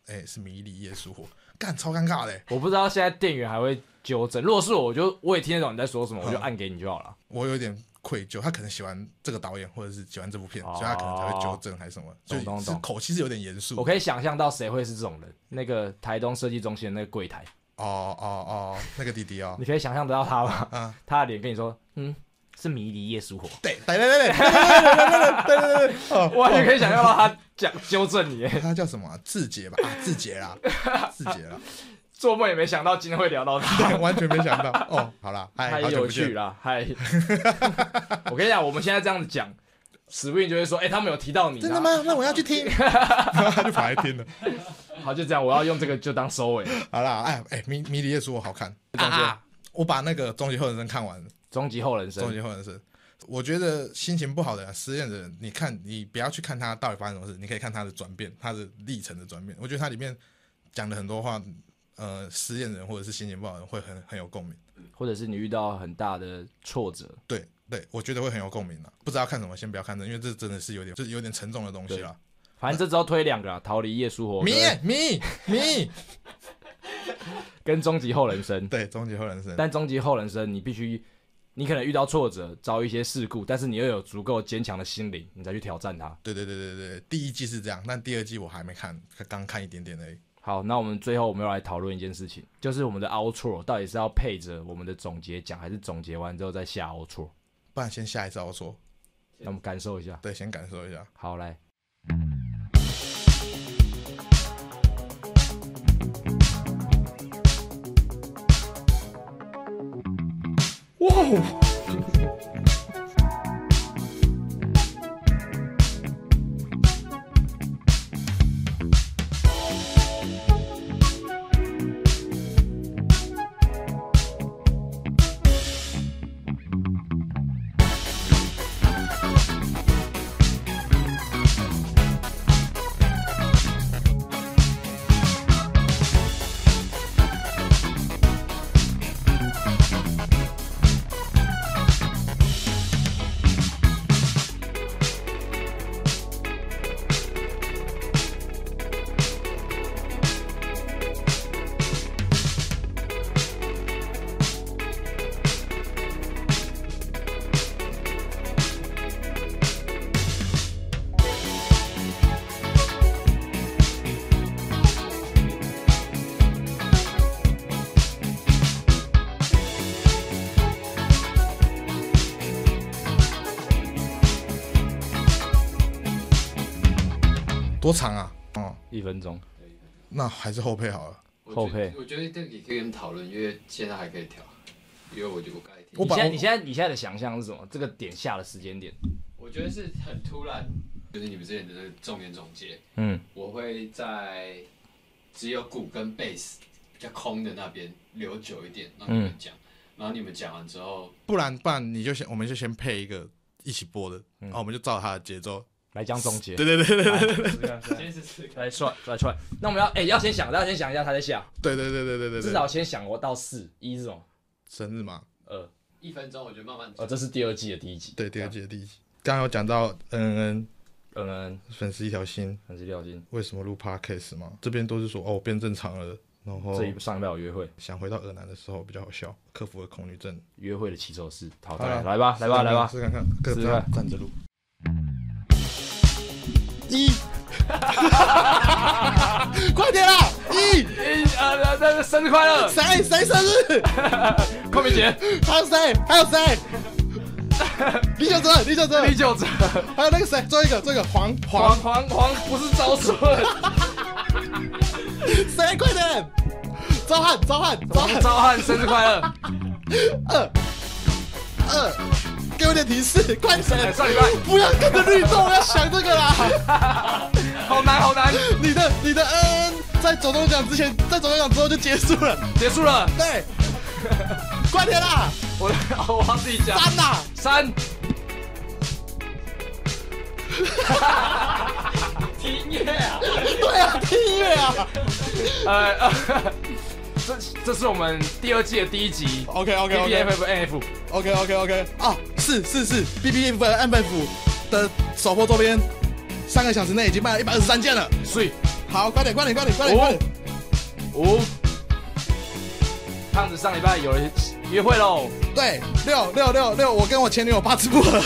[SPEAKER 2] 哎、是《迷离夜书火》，干超尴尬的欸、
[SPEAKER 1] 我不知道现在店员还会纠正。如果是我，我就我也听得懂你在说
[SPEAKER 2] 嗯
[SPEAKER 1] 什么，我就按给你就好了。
[SPEAKER 2] 我有点愧疚，他可能喜欢这个导演，或者是喜欢这部片，
[SPEAKER 1] 哦
[SPEAKER 2] 所以他可能才会纠正还是什么，就
[SPEAKER 1] 懂懂
[SPEAKER 2] 是
[SPEAKER 1] 懂
[SPEAKER 2] 口气是有点严肃。
[SPEAKER 1] 我可以想象到谁会是这种人，那个台东设计中心的那个柜台，
[SPEAKER 2] 哦哦哦，那个弟弟哦，
[SPEAKER 1] 你可以想象得到他吗？
[SPEAKER 2] 啊
[SPEAKER 1] 他的脸跟你说，嗯，是迷离夜生 活，
[SPEAKER 2] 对，对对对对对对对对哦，
[SPEAKER 1] 我完全可以想象到他讲纠正你耶，
[SPEAKER 2] 他叫什么啊？志杰吧，啊，志 杰啦，志杰啦，
[SPEAKER 1] 做梦也没想到今天会聊到他，
[SPEAKER 2] 对，完全没想到。哦，好啦，
[SPEAKER 1] 太
[SPEAKER 2] 嗨，好久
[SPEAKER 1] 有
[SPEAKER 2] 不
[SPEAKER 1] 趣
[SPEAKER 2] 见。
[SPEAKER 1] 了，嗨！ 我跟你讲，我们现在这样子讲，Swin 就会说，哎、他们有提到你，
[SPEAKER 2] 真的？吗？那我要 去听，然后他就跑来听了。
[SPEAKER 1] 好，就这样，我要用这个就当收尾。
[SPEAKER 2] 好啦，哎哎，迷迷离夜书我好看，
[SPEAKER 1] 啊，
[SPEAKER 2] 我把那个《终极后人生》看完了，
[SPEAKER 1] 终极后人
[SPEAKER 2] 《终
[SPEAKER 1] 生，
[SPEAKER 2] 极后人生》，我觉得心情不好的人、失恋的人，你看，你不要去看他到底发生什么事，你可以看他的转变，他的历程的转变。我觉得他里面讲的很多话，呃，失恋人或者是心情不好的人会很很有共鸣。
[SPEAKER 1] 或者是你遇到很大的挫折，
[SPEAKER 2] 对对，我觉得会很有共鸣的。不知道看什么，先不要看这，因为这真的是有点，就是有点沉重的东西啦。
[SPEAKER 1] 反正这周推两个啦，逃离夜书活
[SPEAKER 2] 迷
[SPEAKER 1] 跟
[SPEAKER 2] 迷迷，
[SPEAKER 1] 跟终极后人生。
[SPEAKER 2] 对，终极后人生。
[SPEAKER 1] 但终极后人生，你必须，你可能遇到挫折，遭遇一些事故，但是你又有足够坚强的心灵，你才去挑战它。
[SPEAKER 2] 对对对对对，对第一季是这样，但第二季我还没看，刚看一点点而已。
[SPEAKER 1] 好，那我们最后我们要来讨论一件事情，就是我们的 outro 到底是要配着我们的总结讲，还是总结完之后再下 outro？
[SPEAKER 2] 不然先下一次我说，
[SPEAKER 1] 让我们感受一下。
[SPEAKER 2] 对，先感受一下。
[SPEAKER 1] 好，来，
[SPEAKER 2] 哇哦！多长啊？哦、
[SPEAKER 1] 一分钟
[SPEAKER 2] 那还是后配好了。
[SPEAKER 1] 后配
[SPEAKER 3] 我觉得这个也可以跟讨论，因为现在还可以调。因为我就我刚才听
[SPEAKER 2] 我
[SPEAKER 1] 你
[SPEAKER 2] 把
[SPEAKER 1] 现在
[SPEAKER 2] 我
[SPEAKER 1] 你现在你现在的想象是什么？这个点下的时间点，
[SPEAKER 3] 我觉得是很突然，就是你们之前的那个重点总结，
[SPEAKER 1] 嗯，
[SPEAKER 3] 我会在只有鼓跟贝斯比较空的那边留久一点，让你
[SPEAKER 1] 嗯
[SPEAKER 3] 们讲。然后你们讲完之后，
[SPEAKER 2] 不然不然你就先，我们就先配一个一起播的，然后我们就照他的节奏。
[SPEAKER 1] 来讲总结。
[SPEAKER 2] 对对对对对
[SPEAKER 3] 先试试看。
[SPEAKER 1] 来算来算，那我们要哎、要先想，大家先想一下，他在下，
[SPEAKER 2] 对对对对对对。
[SPEAKER 1] 至少先想我到四一这种，
[SPEAKER 2] 生日嘛，
[SPEAKER 1] 二
[SPEAKER 3] 一分钟，我就慢慢
[SPEAKER 1] 哦，这是第二季的第一集，
[SPEAKER 2] 对，第二季的第一集。刚刚有讲到嗯嗯，
[SPEAKER 1] 嗯，
[SPEAKER 2] 粉丝一条心，
[SPEAKER 1] 很是廖金，
[SPEAKER 2] 为什么录 podcast 吗？这边都是说哦，变正常了，然后
[SPEAKER 1] 这一上一半有约会，
[SPEAKER 2] 想回到俄南的时候比较好笑，克服了恐惧症。
[SPEAKER 1] 约会的起手式，淘
[SPEAKER 2] 好
[SPEAKER 1] 汰，
[SPEAKER 2] 啦
[SPEAKER 1] 来吧，来吧，来吧，
[SPEAKER 2] 试看看，各
[SPEAKER 1] 试
[SPEAKER 2] 自
[SPEAKER 1] 试看
[SPEAKER 2] 站着录。一， 快点啦！一，
[SPEAKER 1] 呃，那那生日快乐，
[SPEAKER 2] 谁谁生日？
[SPEAKER 1] 快明姐，
[SPEAKER 2] 还有谁？还有谁？李玖哲，李玖哲，
[SPEAKER 1] 第九者，
[SPEAKER 2] 还有那个谁，最后一个，最后一个黄
[SPEAKER 1] 黄
[SPEAKER 2] 黄
[SPEAKER 1] 黄黄不是招损，
[SPEAKER 2] 谁？快点！招汉，招汉，招
[SPEAKER 1] 黄
[SPEAKER 2] 汉，
[SPEAKER 1] 昭汉生日快乐，
[SPEAKER 2] 二二，给我点提示，快
[SPEAKER 1] 哎
[SPEAKER 2] 点！
[SPEAKER 1] 上礼拜
[SPEAKER 2] 不要跟着律动，要想这个啦。
[SPEAKER 1] 好难好难，
[SPEAKER 2] 你的你的恩在总统奖之前，在总统奖之后就结束了。
[SPEAKER 1] 结束了，
[SPEAKER 2] 对，快点啦，
[SPEAKER 1] 我 我忘记讲，
[SPEAKER 2] 三啦，
[SPEAKER 1] 三，听音乐啊，
[SPEAKER 2] 对啊，听音乐啊。
[SPEAKER 1] 呃，呃 这这是我们第二季的第一集
[SPEAKER 2] OK OK
[SPEAKER 1] ，B B F F
[SPEAKER 2] OK
[SPEAKER 1] N F，
[SPEAKER 2] OK OK OK 啊，是是是，B B F M F 的首播周边，三个小时内已经卖了一百二十三件了。
[SPEAKER 1] 所以
[SPEAKER 2] 好，快点快点快点快点快
[SPEAKER 1] 哦
[SPEAKER 2] 点！
[SPEAKER 1] 五，胖子哦上礼拜有人约会喽。
[SPEAKER 2] 对，六六六六，我跟我前女友八字不合。